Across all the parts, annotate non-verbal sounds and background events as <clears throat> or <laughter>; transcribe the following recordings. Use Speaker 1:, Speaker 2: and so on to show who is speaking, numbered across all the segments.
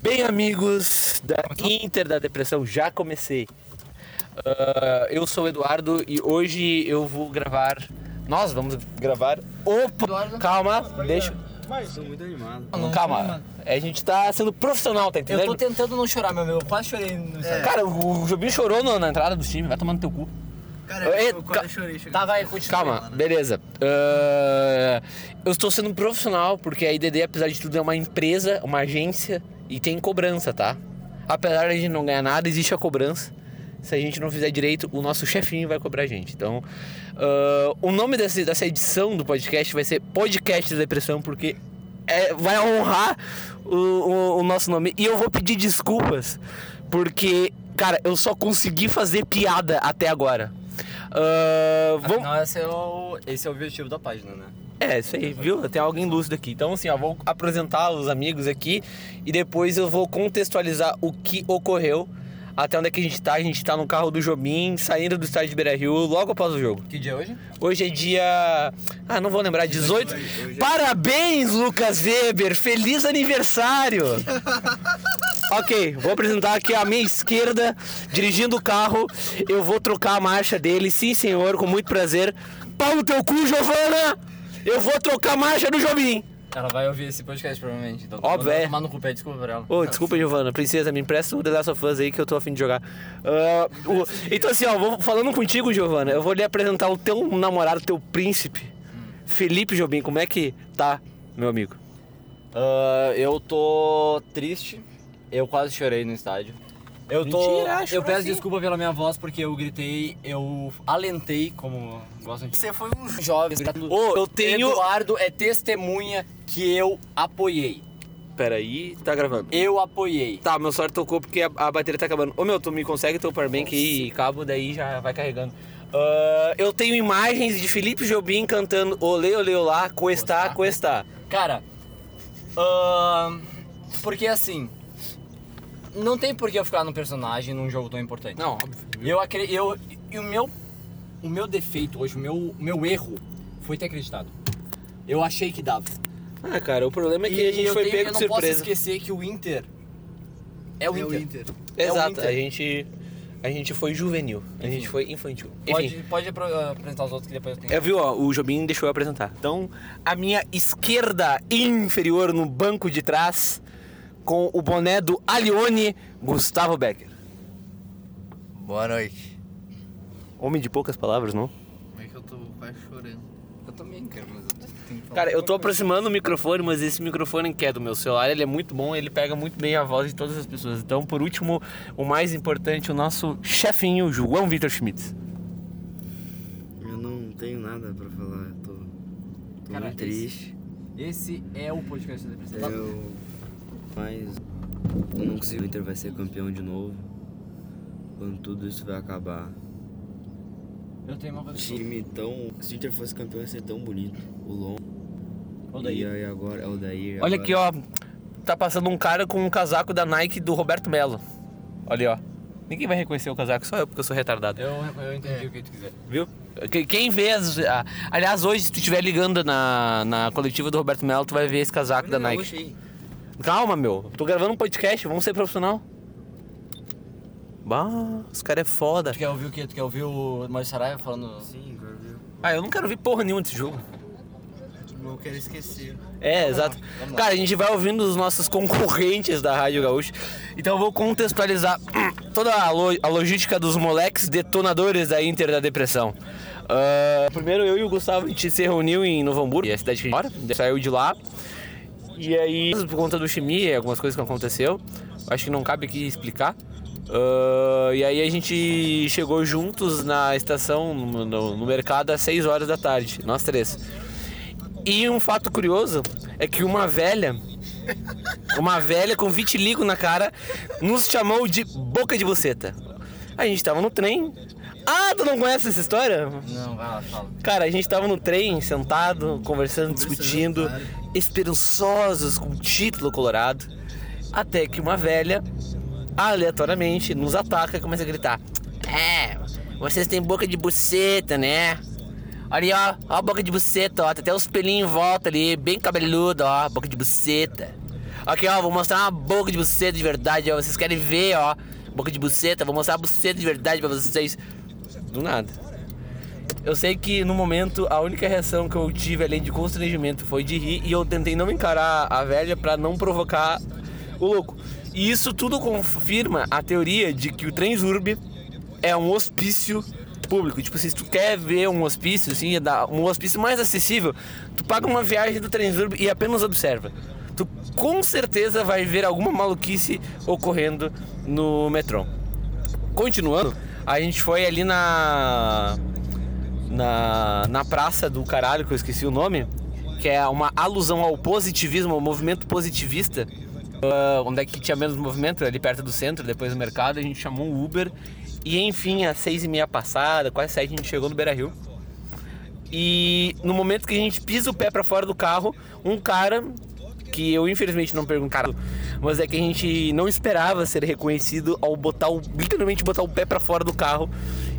Speaker 1: Bem, amigos da Inter da Depressão, já comecei. Ah, eu sou o Eduardo e hoje eu vou gravar. Nós vamos gravar o. po- Calma, deixa.
Speaker 2: Tô muito animado.
Speaker 1: Não, calma. A gente tá sendo profissional, tá
Speaker 3: Eu
Speaker 1: entendendo?
Speaker 3: tô tentando não chorar, meu meu. Eu quase chorei
Speaker 2: É,
Speaker 3: no Instagram.
Speaker 1: Cara, o o Jobim chorou no- na entrada do time, vai tomar no teu cu.
Speaker 2: Cara,
Speaker 1: Ei,
Speaker 2: É, eu quase
Speaker 1: ca-
Speaker 2: chorei. chegando.
Speaker 3: Tá, vai, continua.
Speaker 1: Calma, beleza. Ah, eu estou sendo um profissional, porque a IDD, apesar de tudo, é uma empresa, uma agência, e tem cobrança, tá? Apesar de a gente não ganhar nada, existe a cobrança. Se a gente não fizer direito, o nosso chefinho vai cobrar a gente. Então, ah, o nome desse- dessa edição do podcast vai ser Podcast da Depressão, porque é- vai honrar o, o- o nosso nome. E eu vou pedir desculpas, porque, cara, eu só consegui fazer piada até agora. Ah, vamos...
Speaker 2: Não, esse é, o, esse é o objetivo da página, né?
Speaker 1: É, isso aí, viu? Tem alguém lúcido aqui. Então, assim, ó, vou apresentar os amigos aqui e depois eu vou contextualizar o que ocorreu, até onde é que a gente tá. A gente tá no carro do Jobim, saindo do estádio de Beira Rio, logo após o jogo.
Speaker 3: Que dia é hoje?
Speaker 1: Hoje é dia. Ah, não vou lembrar, 18. Parabéns, Lucas Weber! Feliz aniversário! ok, vou apresentar aqui à minha esquerda, dirigindo o carro. Eu vou trocar a marcha dele, sim, senhor, com muito prazer. Pau no teu cu, Giovana! Eu vou trocar a marcha do Jobim!
Speaker 3: Ela vai ouvir esse podcast, provavelmente. Então,
Speaker 1: Óbvio, é.
Speaker 3: Tomar no cu, pede desculpa pra ela.
Speaker 1: Ô, desculpa, Giovana, princesa, me empresta o The Last of Us aí que eu tô afim de jogar. Ah, o- então, assim, ó, vou falando contigo, Giovana, eu vou lhe apresentar o teu namorado, teu príncipe, Felipe Jobim. Como é que tá, meu amigo?
Speaker 2: Ah, eu tô triste. Eu quase chorei no estádio. Eu tô.
Speaker 1: Mentira,
Speaker 2: eu
Speaker 1: chorou
Speaker 2: peço
Speaker 1: sim.
Speaker 2: desculpa pela minha voz porque eu gritei, eu alentei, como gostam de.
Speaker 3: Você foi um jovem.
Speaker 1: Ô, eu tenho-
Speaker 2: Eduardo é testemunha que eu apoiei.
Speaker 1: Peraí, tá gravando.
Speaker 2: Eu apoiei.
Speaker 1: Tá, meu celular tocou porque a, a bateria tá acabando. Ô meu, tu me consegue teu powerbank e cabo, daí já vai carregando. Ah, eu tenho imagens de Felipe Jobim cantando Olê, olê, olá, cuesta, cuesta.
Speaker 2: Cara, ahn, porque assim. Não tem por que eu ficar no personagem num jogo tão importante.
Speaker 1: Não, óbvio.
Speaker 2: Eu acredito. Eu, e o meu, o meu defeito hoje, o meu, o meu erro foi ter acreditado. Eu achei que dava.
Speaker 1: Ah, cara, o problema é que a gente
Speaker 2: eu
Speaker 1: foi
Speaker 2: tenho-
Speaker 1: pego de
Speaker 2: eu não posso
Speaker 1: surpresa.
Speaker 2: esquecer que o Inter é o
Speaker 3: É o
Speaker 2: Inter.
Speaker 3: Inter.
Speaker 2: é o
Speaker 1: Exato,
Speaker 2: Inter.
Speaker 1: a gente. A gente foi juvenil, a gente foi infantil. Enfim,
Speaker 2: Pode, pode apro- apresentar os outros que depois eu tenho.
Speaker 1: É, viu, ó, o Jobim deixou eu apresentar. Então, a minha esquerda inferior no banco de trás, com o boné do Alione, Gustavo Becker.
Speaker 4: Boa noite.
Speaker 1: Homem de poucas palavras, não?
Speaker 4: Como é que eu tô quase chorando?
Speaker 2: Eu também, cara, mas eu tenho que falar.
Speaker 1: Cara, eu tô aproximando o microfone, mas esse microfone que é do meu celular, ele é muito bom, ele pega muito bem a voz de todas as pessoas. Então, por último, o mais importante, o nosso chefinho, João Vitor Schmitz.
Speaker 4: Eu não tenho nada pra falar, eu tô, tô
Speaker 2: Cara,
Speaker 4: muito triste.
Speaker 2: Esse é o podcast da depressão.
Speaker 4: Eu. Mas. Eu não consigo. O Inter vai ser campeão de novo. Quando tudo isso vai acabar.
Speaker 2: Eu tenho uma
Speaker 4: O
Speaker 2: coisa.
Speaker 4: time tão. Se o Inter fosse campeão ia ser tão bonito. O Long.
Speaker 2: Ô, daí.
Speaker 4: E aí agora é o Daí.
Speaker 1: Olha aqui, ó. Tá passando um cara com um casaco da Nike do Roberto Melo. Olha, ó. Ninguém vai reconhecer o casaco, só eu, porque eu sou retardado.
Speaker 2: Eu, eu entendi o que tu quiser.
Speaker 1: Viu? Que- Quem vê as. a- aliás, hoje, se tu estiver ligando na, na coletiva do Roberto Melo, tu vai ver esse casaco da Nike. Calma, meu. Tô gravando um podcast, vamos ser profissional. Bah, os caras é foda.
Speaker 2: Tu quer ouvir o quê? Tu quer ouvir o Mário Saraiva falando.
Speaker 4: Sim, quero ver.
Speaker 1: Ah, eu não quero ouvir porra nenhuma desse jogo.
Speaker 4: Não quero esquecer.
Speaker 1: É, exato. Cara, a gente vai ouvindo os nossos concorrentes da Rádio Gaúcho. Então eu vou contextualizar <clears throat> toda a, lo- a logística dos moleques detonadores da Inter da Depressão. Ah, primeiro eu e o Gustavo a gente se reuniu em Novo Hamburgo, que é a cidade que a gente mora, saiu de lá. E aí, por conta do Chimia e algumas coisas que aconteceu, acho que não cabe aqui explicar. Ah, e aí a gente chegou juntos na estação, no, no- no mercado, às 6 horas da tarde, nós três. E um fato curioso é que uma velha, uma velha com vitiligo na cara, nos chamou de boca de buceta. A gente tava no trem. Ah, tu não conhece essa história?
Speaker 2: Não, vai lá, fala.
Speaker 1: Cara, a gente tava no trem, sentado, conversando, discutindo,
Speaker 4: claro.
Speaker 1: esperançosos com o título colorado, até que uma velha, aleatoriamente, nos ataca e começa a gritar: É, vocês têm boca de buceta, né? Olha aí, ó, ó a boca de buceta, ó, tem até os pelinhos em volta ali, bem cabeludo, ó, boca de buceta. Aqui, ó, vou mostrar uma boca de buceta de verdade, ó. Vocês querem ver, ó. Boca de buceta, vou mostrar a buceta de verdade pra vocês. Do nada. Eu sei que no momento a única reação que eu tive, além de constrangimento, foi de rir e eu tentei não encarar a velha pra não provocar o louco. E isso tudo confirma a teoria de que o Transurb é um hospício público. Tipo, se tu quer ver um hospício, assim, é da- um hospício mais acessível, tu paga uma viagem do Transurb e apenas observa. Tu com certeza vai ver alguma maluquice ocorrendo no metrô. Continuando, a gente foi ali na. Na, na Praça do Caralho, que eu esqueci o nome, que é uma alusão ao positivismo, ao movimento positivista. ah, onde é que tinha menos movimento, ali perto do centro, depois do mercado, a gente chamou um Uber. E enfim, às seis e meia passada, quase sete, a gente chegou no Beira Rio. E no momento que a gente pisa o pé pra fora do carro, um cara que eu infelizmente não perguntava, mas é que a gente não esperava ser reconhecido ao botar o, literalmente botar o pé pra fora do carro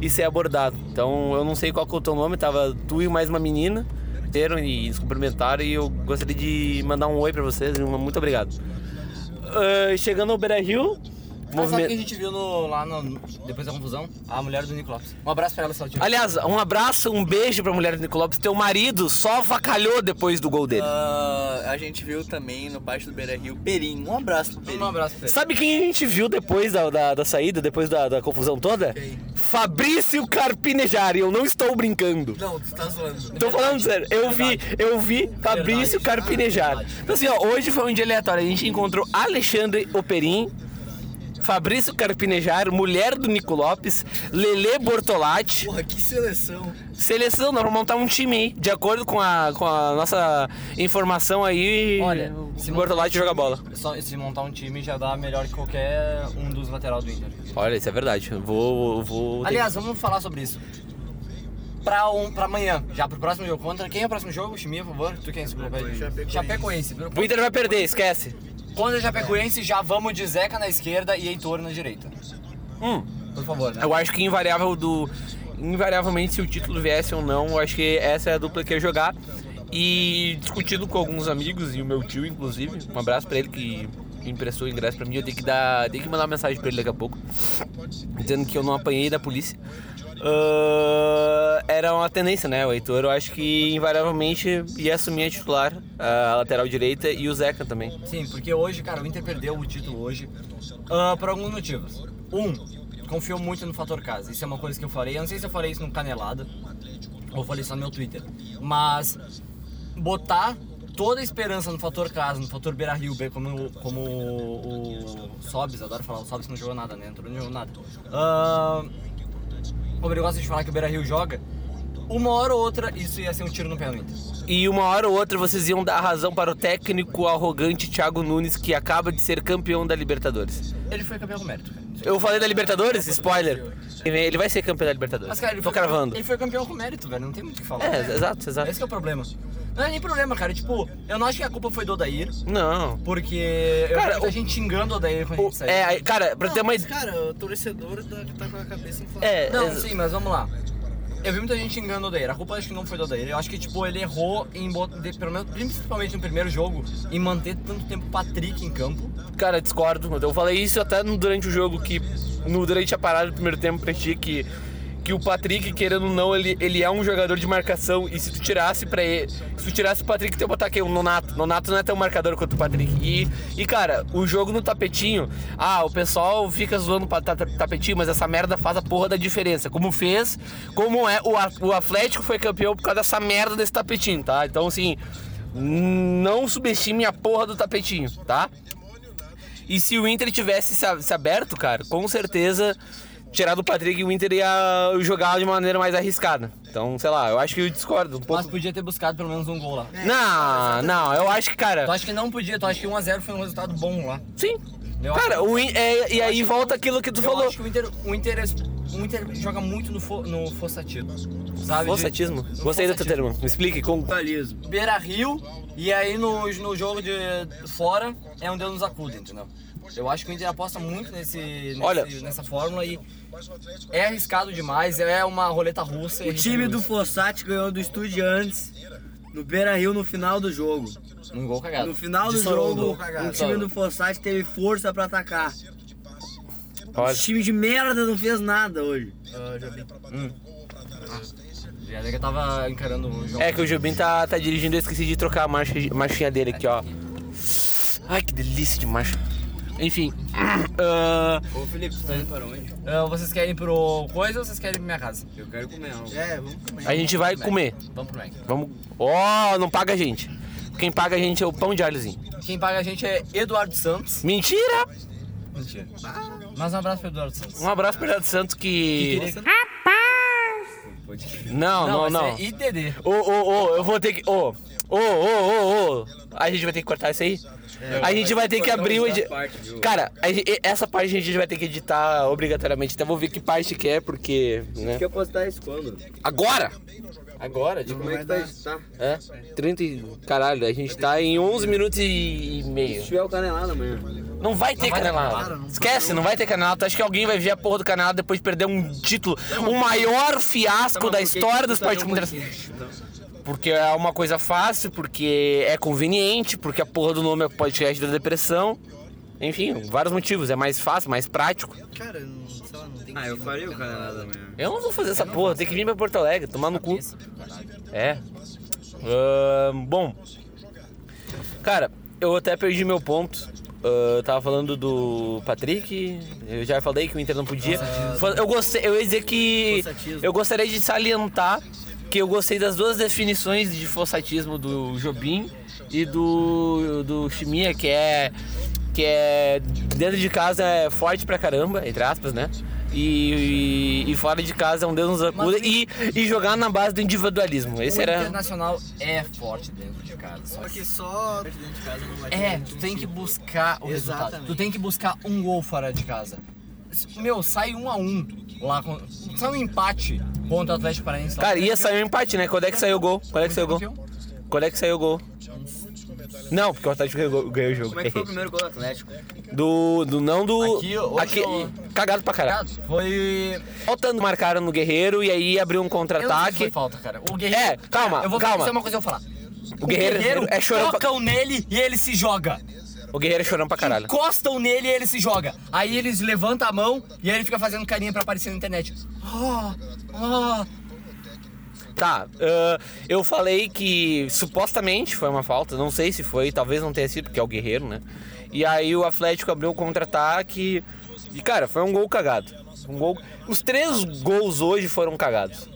Speaker 1: e ser abordado. Então eu não sei qual que é o teu nome, tava tu e mais uma menina, teram e se cumprimentaram e eu gostaria de mandar um oi pra vocês e um muito obrigado. Ah, chegando ao Beira Rio,
Speaker 2: Mas sabe o
Speaker 1: movimento-
Speaker 2: que a gente viu no- lá no- depois da confusão? A mulher do Nico Lopes. Um abraço pra ela, Saltinho.
Speaker 1: Aliás, um abraço, um beijo pra mulher do Nicolopes. Teu marido só vacalhou depois do gol dele.
Speaker 5: Ah, a gente viu também no Pátio do Beira Rio Perim. Um abraço pro Perim.
Speaker 2: Um abraço pra ele.
Speaker 1: Sabe quem a gente viu depois da, da, da saída, depois da, da confusão toda?
Speaker 5: Quem?
Speaker 1: Fabrício Carpinejar, e eu não estou brincando.
Speaker 5: Não, tu tá zoando.
Speaker 1: Tô falando sério, eu vi, eu vi
Speaker 5: é
Speaker 1: Fabrício Carpinejar. Então assim, ó, hoje foi um dia aleatório, a gente encontrou Alexandre Operim, Fabrício Carpinejar, mulher do Nico Lopes, Lele Bortolatti,
Speaker 5: Porra, que seleção.
Speaker 1: seleção, nós vamos montar um time aí, de acordo com a, com a nossa informação aí,
Speaker 2: Olha,
Speaker 1: se Bortolatti joga bola.
Speaker 2: Só, se montar um time já dá melhor que qualquer um dos lateral do Inter.
Speaker 1: Olha, isso é verdade, eu vou... eu vou
Speaker 2: Aliás, vamos falar sobre isso. Pra, um, pra amanhã, já pro próximo jogo contra. Quem é o próximo jogo? Chiminha, por favor. Tu quem é Chapecoense. Chapecoense. Pro-
Speaker 1: O Inter vai perder, esquece.
Speaker 2: Contra Chapecoense, já vamos de Zeca na esquerda e Heitor na direita.
Speaker 1: Hum,
Speaker 2: Por favor, né?
Speaker 1: eu acho que invariável do. Invariavelmente, se o título viesse ou não, eu acho que essa é a dupla que ia jogar. E discutindo com alguns amigos, e o meu tio, inclusive, um abraço pra ele que emprestou o ingresso pra mim. Eu tenho que, dar, tenho que mandar uma mensagem pra ele daqui a pouco, dizendo que eu não apanhei da polícia. Ah, era uma tendência, né? O Heitor, eu acho que invariavelmente ia assumir a titular, a lateral direita e o Zeca também.
Speaker 2: Sim, porque hoje, cara, o Inter perdeu o título hoje ah, por alguns motivos. Um, confiou muito no fator casa. Isso é uma coisa que eu falei. Eu não sei se eu falei isso no Canelada ou falei só no meu Twitter. Mas botar toda a esperança no fator casa, no fator Beira Rio B, como, o- como o, o Sobs, adoro falar, o Sobs não jogou nada, né? Entrou não jogou nada. Ah, como ele gosta de falar que o Beira Rio joga, uma hora ou outra isso ia ser um tiro no pé no Inter.
Speaker 1: E uma hora ou outra vocês iam dar razão para o técnico arrogante Thiago Nunes, que acaba de ser campeão da Libertadores.
Speaker 2: Ele foi campeão com mérito, cara.
Speaker 1: Eu falei da Libertadores? Spoiler. Ele vai ser campeão da Libertadores.
Speaker 2: Mas, cara, ele
Speaker 1: Tô
Speaker 2: foi-
Speaker 1: cravando.
Speaker 2: Ele foi campeão com mérito, velho. Não tem muito o que falar.
Speaker 1: É, exato, exato.
Speaker 2: Esse que é o problema. Não é nem problema, cara. Tipo, eu não acho que a culpa foi do Odair,
Speaker 1: Não.
Speaker 2: porque eu
Speaker 1: Cara,
Speaker 2: vi muita
Speaker 1: o-
Speaker 2: gente xingando o Odair quando a
Speaker 1: O-
Speaker 2: gente saiu.
Speaker 1: é, aí, cara, pra ter uma
Speaker 5: mas,
Speaker 1: ideia.
Speaker 5: cara, o torcedor tá, tá com a cabeça inflada.
Speaker 1: É,
Speaker 2: Não,
Speaker 1: ex-
Speaker 2: sim, mas vamos lá. Eu vi muita gente xingando o Odair. A culpa acho que não foi do Odair. Eu acho que, tipo, ele errou em bot- de- pelo menos, principalmente no primeiro jogo, em manter tanto tempo o Patrick em campo.
Speaker 1: Cara, discordo. Eu falei isso até no- durante o jogo, que no, durante a parada do primeiro tempo pra ti, que, que o Patrick, querendo ou não, ele, ele é um jogador de marcação. E se tu tirasse pra ele. Se tu tirasse o Patrick, tu ia botar quem? O Nonato. Nonato não é tão marcador quanto o Patrick. E, e cara, o jogo no tapetinho. Ah, o pessoal fica zoando o pa- ta- ta- tapetinho, mas essa merda faz a porra da diferença. Como fez, como é. O, A- o Atlético foi campeão por causa dessa merda desse tapetinho, tá? Então, assim. Não subestime a porra do tapetinho, tá? E se o Inter tivesse se a- se aberto, cara, com certeza tirado o Patrick, o Inter ia jogar de maneira mais arriscada. Então, sei lá, eu acho que eu discordo um
Speaker 2: Mas
Speaker 1: pouco.
Speaker 2: podia ter buscado pelo menos um gol lá.
Speaker 1: Não, não, eu acho que,
Speaker 2: Tu
Speaker 1: cara.
Speaker 2: acha que não podia? Tu acha que 1x0 foi um resultado bom lá?
Speaker 1: Sim.
Speaker 2: Eu
Speaker 1: Cara, o In- é, e aí volta aquilo que tu
Speaker 2: Eu
Speaker 1: falou.
Speaker 2: acho que o Inter, o Inter, é, o Inter joga muito no, fo, no fossativo. Sabe? De-
Speaker 1: Fossatismo?
Speaker 2: no
Speaker 1: Gostei do teu
Speaker 2: fossatismo.
Speaker 1: termo. Me explique como.
Speaker 4: Capitalismo.
Speaker 2: Beira Rio, e aí no, no jogo de fora é onde Deus nos acuda, entendeu? Eu acho que o Inter aposta muito nesse, nesse-
Speaker 1: Olha-
Speaker 2: nessa fórmula e é arriscado demais, é uma roleta russa. e a
Speaker 5: O
Speaker 2: gente
Speaker 5: time
Speaker 2: não-
Speaker 5: do Fossati ganhou do Estudiantes
Speaker 4: no Beira Rio no final do jogo.
Speaker 2: Um gol cagado.
Speaker 4: No final do
Speaker 2: Estourou o
Speaker 4: jogo,
Speaker 2: gol cagado.
Speaker 4: o time do Forsyth teve força pra atacar. O
Speaker 1: Olha,
Speaker 4: time de merda não fez nada hoje.
Speaker 2: Já que eu tava encarando o jogo.
Speaker 1: É que o Jobim tá, tá dirigindo, eu esqueci de trocar a marcha, marchinha dele aqui, ó. Ai, que delícia de marcha. Enfim. <clears throat> ah,
Speaker 4: Ô Felipe, você tá indo para onde?
Speaker 2: Ah, vocês querem pro coisa ou vocês querem pra minha casa?
Speaker 4: Eu quero comer algo.
Speaker 6: É, vamos comer.
Speaker 1: a gente vai comer.
Speaker 2: Vamos pro Mac.
Speaker 1: Vamos. Ó, não paga a gente. Quem paga a gente é o pão de alhozinho.
Speaker 2: Quem paga a gente é Eduardo Santos.
Speaker 1: Mentira!
Speaker 2: Mentira.
Speaker 4: Ah.
Speaker 2: Mas um abraço pro Eduardo Santos.
Speaker 1: Um abraço pro Eduardo Santos que.
Speaker 2: Queria-
Speaker 1: Ah, Não, não, não.
Speaker 2: vai ser IDD.
Speaker 1: Ô, ô, ô, eu vou ter que. Ô, ô, ô, ô, ô. A gente vai ter que cortar isso aí? a gente vai ter que abrir o. edi- Cara, a gen- e- essa parte a gente vai ter que editar obrigatoriamente. Até vou ver que parte que é, porque. Né?
Speaker 4: Quer postar isso quando?
Speaker 1: Agora!
Speaker 2: Agora, tipo,
Speaker 4: Como é que vai editar?
Speaker 1: É? 30 e. Caralho, a gente tá em 11 minutos e
Speaker 4: Se
Speaker 1: meio.
Speaker 4: tiver o canelada amanhã.
Speaker 1: Não vai ter canelada. Esquece, não vai ter canelada. Tu acha que alguém vai ver a porra do canelada depois de perder um título? O maior fiasco da história dos partidos mundiais. Porque é uma coisa fácil, porque é conveniente, porque a porra do nome é podcast da depressão. Enfim, vários motivos. É mais fácil, mais prático.
Speaker 6: Cara, não, sei lá, não tem
Speaker 4: Ah, eu faria o canelada amanhã.
Speaker 1: Eu não vou fazer essa porra, tem que vir pra Porto Alegre, tomar no cu. É. Ahn, bom. Cara, eu até perdi meu ponto. Ahn, eu tava falando do Patrick, eu já falei que o Inter não podia. Fa- Eu gostei, eu ia dizer que.
Speaker 4: Fossatismo.
Speaker 1: Eu gostaria de salientar que eu gostei das duas definições de fossatismo do Jobim e do. do Chimia, que é. Que é. Dentro de casa é forte pra caramba, entre aspas, né? E, e- e fora de casa é um Deus nos acuda. E, e jogar na base do individualismo. Esse
Speaker 2: o
Speaker 1: era.
Speaker 2: Internacional é forte dentro de casa. Só
Speaker 6: Só
Speaker 2: que
Speaker 6: que só dentro de casa não vai
Speaker 2: É,
Speaker 6: muito
Speaker 2: tu tem que
Speaker 6: sentido.
Speaker 2: buscar o resultado.
Speaker 6: Exatamente.
Speaker 2: Tu tem que buscar um gol fora de casa. Se- Meu, sai um a um lá. com- Sai um empate contra o Atlético Paranaense. lá.
Speaker 1: Cara, ia sair um empate, né? Quando é que saiu o gol? Quando é que saiu o gol? Quando é que saiu o gol? Não, porque o Atlético ganhou, ganhou o jogo.
Speaker 4: Como é que foi o primeiro gol do Atlético?
Speaker 1: Do, do não do.
Speaker 2: Aqui, hoje eu-
Speaker 1: Cagado pra caralho.
Speaker 2: Foi.
Speaker 1: Faltando, marcaram no Guerreiro e aí abriu um
Speaker 2: Eu não sei se foi
Speaker 1: contra-ataque.
Speaker 2: falta, cara. O Guerreiro.
Speaker 1: É, calma,
Speaker 2: eu vou
Speaker 1: calma.
Speaker 2: Isso é uma coisa que eu vou falar.
Speaker 1: O Guerreiro, é chorão pra,
Speaker 2: tocam nele e ele se joga.
Speaker 1: o Guerreiro é chorão pra caralho.
Speaker 2: Encostam nele e ele se joga. Aí eles levantam a mão e aí ele fica fazendo carinha pra aparecer na internet. Ah, ah.
Speaker 1: Tá, ah, eu falei que supostamente foi uma falta, não sei se foi, talvez não tenha sido, porque é o Guerreiro, né? E aí o Atlético abriu o contra-ataque e, cara, foi um gol cagado. Um gol... Os três gols hoje foram cagados.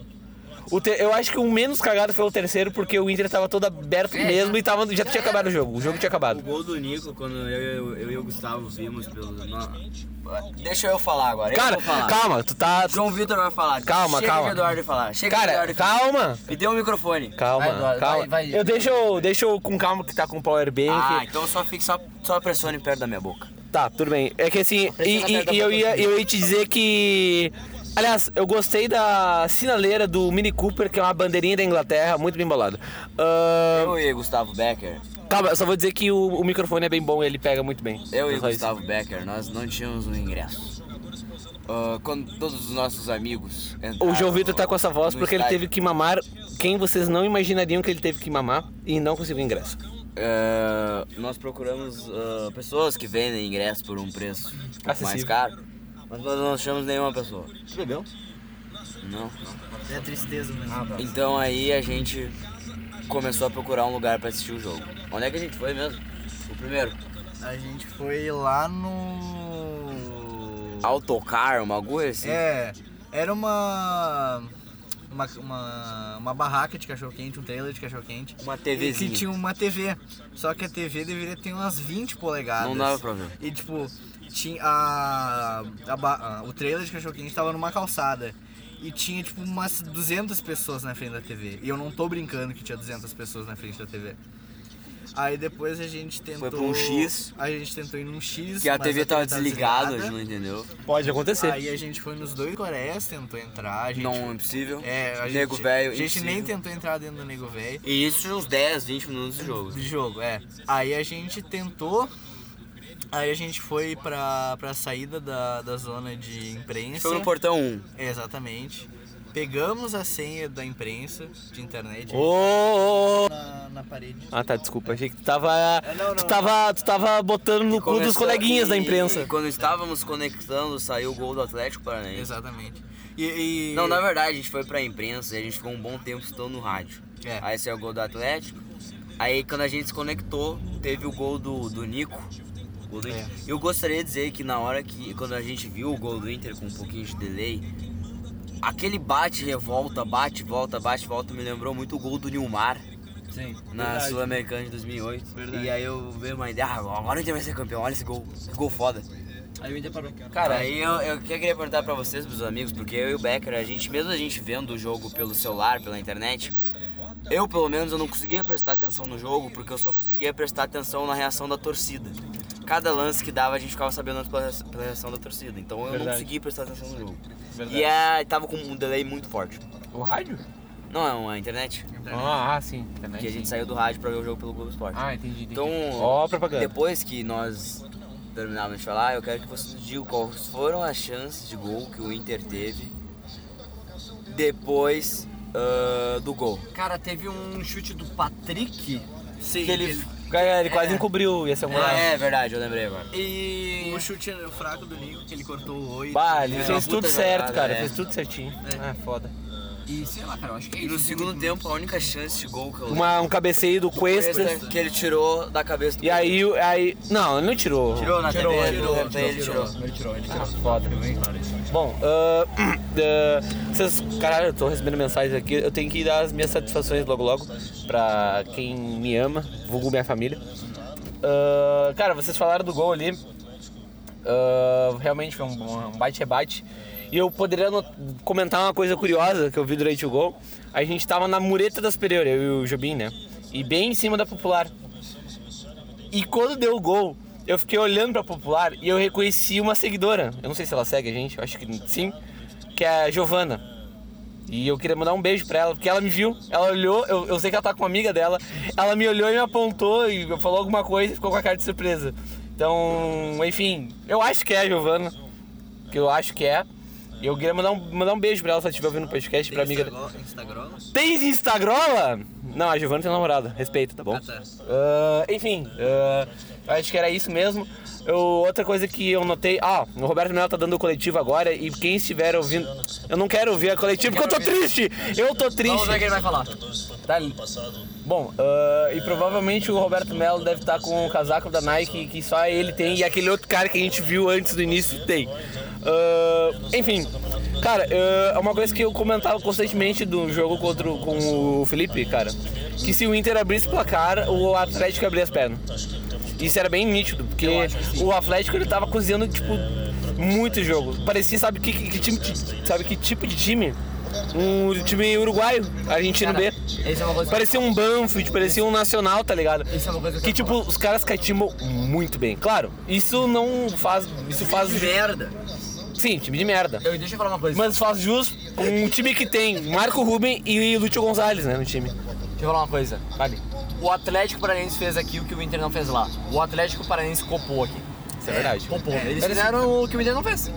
Speaker 1: O te- Eu acho que o menos cagado foi o terceiro, porque o Inter tava todo aberto mesmo e tava... já tinha acabado o jogo, o jogo tinha
Speaker 4: O
Speaker 1: acabado.
Speaker 4: gol do Nico, quando eu, eu, eu e o Gustavo vimos pelo. no-
Speaker 5: Deixa eu falar agora.
Speaker 1: Cara, calma, tu tá...
Speaker 4: João Vitor vai falar.
Speaker 1: Calma,
Speaker 4: Chega
Speaker 1: calma.
Speaker 4: de Eduardo falar.
Speaker 2: é
Speaker 4: Chega de
Speaker 1: Cara,
Speaker 4: Eduardo falar.
Speaker 1: calma,
Speaker 4: Me dê o microfone.
Speaker 1: calma,
Speaker 2: Vai, Eduardo,
Speaker 1: calma.
Speaker 2: vai, vai.
Speaker 1: Eu deixo, deixo com calma que tá com o powerbank.
Speaker 4: Ah, então só fique só, só pressione perto da minha boca.
Speaker 1: Tá, tudo bem. É que assim, e,
Speaker 2: na
Speaker 1: e-
Speaker 2: perna da
Speaker 1: e eu,
Speaker 2: pessoa.
Speaker 1: ia, eu ia te dizer que. Aliás, eu gostei da sinaleira do Mini Cooper, que é uma bandeirinha da Inglaterra, muito bem bolada. Ahn,
Speaker 4: Eu e Gustavo Becker,
Speaker 1: calma, eu só vou dizer que o, o microfone é bem bom, ele pega muito bem.
Speaker 4: eu e
Speaker 1: É só isso.
Speaker 4: Gustavo Becker, nós não tínhamos um ingresso. Ah, quando todos os nossos amigos entraram
Speaker 1: O João Vitor tá com essa voz
Speaker 4: no
Speaker 1: porque ele
Speaker 4: estádio,
Speaker 1: teve que mamar quem vocês não imaginariam que ele teve que mamar e não conseguiu ingresso.
Speaker 4: ah, nós procuramos ah, pessoas que vendem ingresso por um preço um pouco mais
Speaker 1: Acessível.
Speaker 4: caro, mas nós não achamos nenhuma pessoa.
Speaker 2: Bebeu?
Speaker 4: Não.
Speaker 6: É tristeza mesmo.
Speaker 2: Ah, tá.
Speaker 4: Então aí a gente começou a procurar um lugar pra assistir o jogo. Onde é que a gente foi mesmo? O primeiro?
Speaker 6: A gente foi lá no.
Speaker 4: Autocar, uma agulha assim?
Speaker 6: É, era uma. Uma, uma, uma barraca de cachorro quente, um trailer de cachorro quente.
Speaker 4: Uma
Speaker 6: E
Speaker 4: TVzinha.
Speaker 6: que tinha uma TV. Só que a TV deveria ter umas 20 polegadas.
Speaker 4: Não dava pra ver.
Speaker 6: E tipo, tinha a, a ba- a- o trailer de cachorro quente tava numa calçada. E tinha tipo umas 200 pessoas na frente da TV. E eu não tô brincando que tinha 200 pessoas na frente da TV. Aí depois a gente tentou.
Speaker 4: pra um X.
Speaker 6: A gente tentou ir num X.
Speaker 4: Que a
Speaker 6: mas
Speaker 4: TV tava desligada, a gente
Speaker 6: tá desligada.
Speaker 4: não entendeu.
Speaker 1: Pode acontecer.
Speaker 6: Aí a gente foi nos dois coreias, tentou entrar. A gente,
Speaker 4: Não, impossível.
Speaker 6: é, a gente,
Speaker 4: Nego velho, né?
Speaker 6: A gente nem
Speaker 4: impossível.
Speaker 6: tentou entrar dentro do nego velho.
Speaker 4: E isso uns 10, 20 minutos de jogo.
Speaker 6: De jogo, é. Aí a gente tentou. Aí a gente foi pra, pra saída da, da zona de imprensa.
Speaker 4: Foi no portão 1.
Speaker 6: Exatamente. Pegamos a senha da imprensa de internet
Speaker 1: Ô, ô, ô.
Speaker 6: na, na parede.
Speaker 1: Ah, tá, desculpa. Achei que tu tava.
Speaker 4: É,
Speaker 6: não,
Speaker 1: tu,
Speaker 6: não.
Speaker 1: tava tu tava botando no cu dos
Speaker 4: Começou-
Speaker 1: coleguinhas da
Speaker 4: e-
Speaker 1: imprensa.
Speaker 4: e Quando estávamos conectando, saiu o gol do Atlético Paranaense.
Speaker 6: Exatamente. E, e-
Speaker 4: Não, na verdade, a gente foi pra imprensa e a gente ficou um bom tempo estando no rádio.
Speaker 6: É.
Speaker 4: Aí saiu o gol do Atlético. Aí quando a gente se conectou, teve o gol do, do Nico. Gol do Inter. Eu gostaria de dizer que na hora que. Quando a gente viu o gol do Inter com um pouquinho de delay, aquele bate, revolta, bate, volta, bate, volta, me lembrou muito o gol do Nilmar.
Speaker 2: Sim.
Speaker 4: Na Sul-Americana de 2008. E aí eu vejo uma ideia, ah, agora o Inter vai ser campeão, olha esse gol, que gol foda.
Speaker 2: Aí o Inter parou.
Speaker 4: Cara, aí eu, eu que- queria perguntar pra vocês, meus amigos, porque eu e o Becker, a gente, mesmo a gente vendo o jogo pelo celular, pela internet, eu pelo menos eu não conseguia prestar atenção no jogo, porque eu só conseguia prestar atenção na reação da torcida. Cada lance que dava, a gente ficava sabendo antes pela reação- pela reação da torcida. Então eu não
Speaker 2: Verdade.
Speaker 4: conseguia prestar atenção no jogo.
Speaker 2: Verdade.
Speaker 4: E ah, tava com um delay muito forte.
Speaker 2: O rádio?
Speaker 4: Não, é a internet,
Speaker 2: Ah, sim. Internet.
Speaker 4: que a gente saiu do rádio pra ver o jogo pelo Globo Esporte.
Speaker 2: Ah, entendi. entendi.
Speaker 4: Então,
Speaker 2: Ó, a propaganda.
Speaker 4: depois que nós terminarmos de falar, eu quero que vocês nos digam quais foram as chances de gol que o Inter teve depois ah, do gol.
Speaker 2: Cara, teve um chute do Patrick.
Speaker 6: Sim,
Speaker 2: que ele.
Speaker 6: ele-
Speaker 1: Cara, ele quase
Speaker 2: É.
Speaker 1: encobriu, ia ser um
Speaker 4: Ah,
Speaker 1: golaço.
Speaker 4: é verdade, eu lembrei agora.
Speaker 2: E.
Speaker 6: O chute fraco do Nico, que ele cortou o oito.
Speaker 1: Bah, ele
Speaker 4: É,
Speaker 1: fez
Speaker 4: uma
Speaker 1: tudo
Speaker 4: puta
Speaker 1: certo,
Speaker 4: jogada,
Speaker 1: cara.
Speaker 4: é.
Speaker 1: Fez tudo certinho. Ah, foda.
Speaker 2: E sei lá, cara, eu acho que é
Speaker 4: E no
Speaker 2: isso.
Speaker 4: segundo tempo, a única chance de gol que eu
Speaker 1: Uma, um cabeceio do Cuesta.
Speaker 4: lembro que ele tirou da cabeça do
Speaker 1: E aí, o- aí. Não, ele não tirou.
Speaker 4: Tirou na
Speaker 2: Tirou,
Speaker 4: TV,
Speaker 2: tirou,
Speaker 4: na TV, ele tirou.
Speaker 2: Ele tirou, ele tirou. né,
Speaker 1: Ah, foda. Bom, ah, <clears throat> ah, vocês. Caralho, eu tô recebendo mensagens aqui. Eu tenho que dar as minhas satisfações logo logo pra quem me ama, vulgo minha família. Ah, cara, vocês falaram do gol ali. Ah, realmente foi um, um bate rebate E eu poderia no- comentar uma coisa curiosa que eu vi durante o gol. A gente tava na mureta das Pereiras, eu e o Jobim, né? E bem em cima da popular. E quando deu o gol, eu fiquei olhando pra popular e eu reconheci uma seguidora. Eu não sei se ela segue a gente, eu acho que sim, que é a Giovana. E eu queria mandar um beijo pra ela, porque ela me viu, ela olhou, eu, eu sei que ela tá com uma amiga dela, ela me olhou e me apontou e falou alguma coisa e ficou com a cara de surpresa. Então, enfim, eu acho que é a Giovana, que eu acho que é. E eu queria mandar um, mandar um beijo pra ela se ela estiver ouvindo o podcast, pra amiga dela.
Speaker 6: Instagram?
Speaker 1: Tens Instagrola? Não, a Giovana tem namorada. Respeita, tá bom?
Speaker 6: Ah, tá.
Speaker 1: Ah, enfim, ah, acho que era isso mesmo. Eu- outra coisa que eu notei. Ah, o Roberto Melo tá dando o coletivo agora e quem estiver ouvindo. Eu não quero ouvir a coletiva porque eu tô triste! Eu tô
Speaker 2: Vamos ver o
Speaker 1: triste!
Speaker 2: que ele vai falar. Tá ali.
Speaker 1: Bom, ah, e provavelmente o Roberto Melo deve estar com o casaco da Nike que só ele tem e aquele outro cara que a gente viu antes do início tem. Ah, enfim, cara, ah, é uma coisa que eu comentava constantemente do jogo contra o- com o Felipe, cara, que se o Inter abrisse placar, o Atlético abria as pernas. Isso era bem nítido, porque o Atlético ele tava cozinhando, tipo, muito jogo. Parecia, sabe que, que- que time, sabe que tipo de time? Um time uruguaio, Argentino B.
Speaker 2: Essa é uma coisa que-
Speaker 1: Parecia um Banfield, parecia um Nacional, tá ligado?
Speaker 2: Isso é uma coisa que
Speaker 1: Que
Speaker 2: eu
Speaker 1: tipo, os caras catimbam muito bem. Claro, isso não faz. Isso faz.
Speaker 4: Merda!
Speaker 1: Sim, time de merda.
Speaker 2: Eu, deixa eu falar uma coisa.
Speaker 1: Mas faz jus com um time que tem Marco Ruben e Lúcio Gonzalez, né, no time.
Speaker 2: Deixa eu falar uma coisa.
Speaker 1: Vale.
Speaker 2: O Atlético Paranaense fez aqui o que o Inter não fez lá. O Atlético Paranaense copou aqui.
Speaker 1: Isso é verdade.
Speaker 2: Copou. Eles fizeram o que o Inter não fez.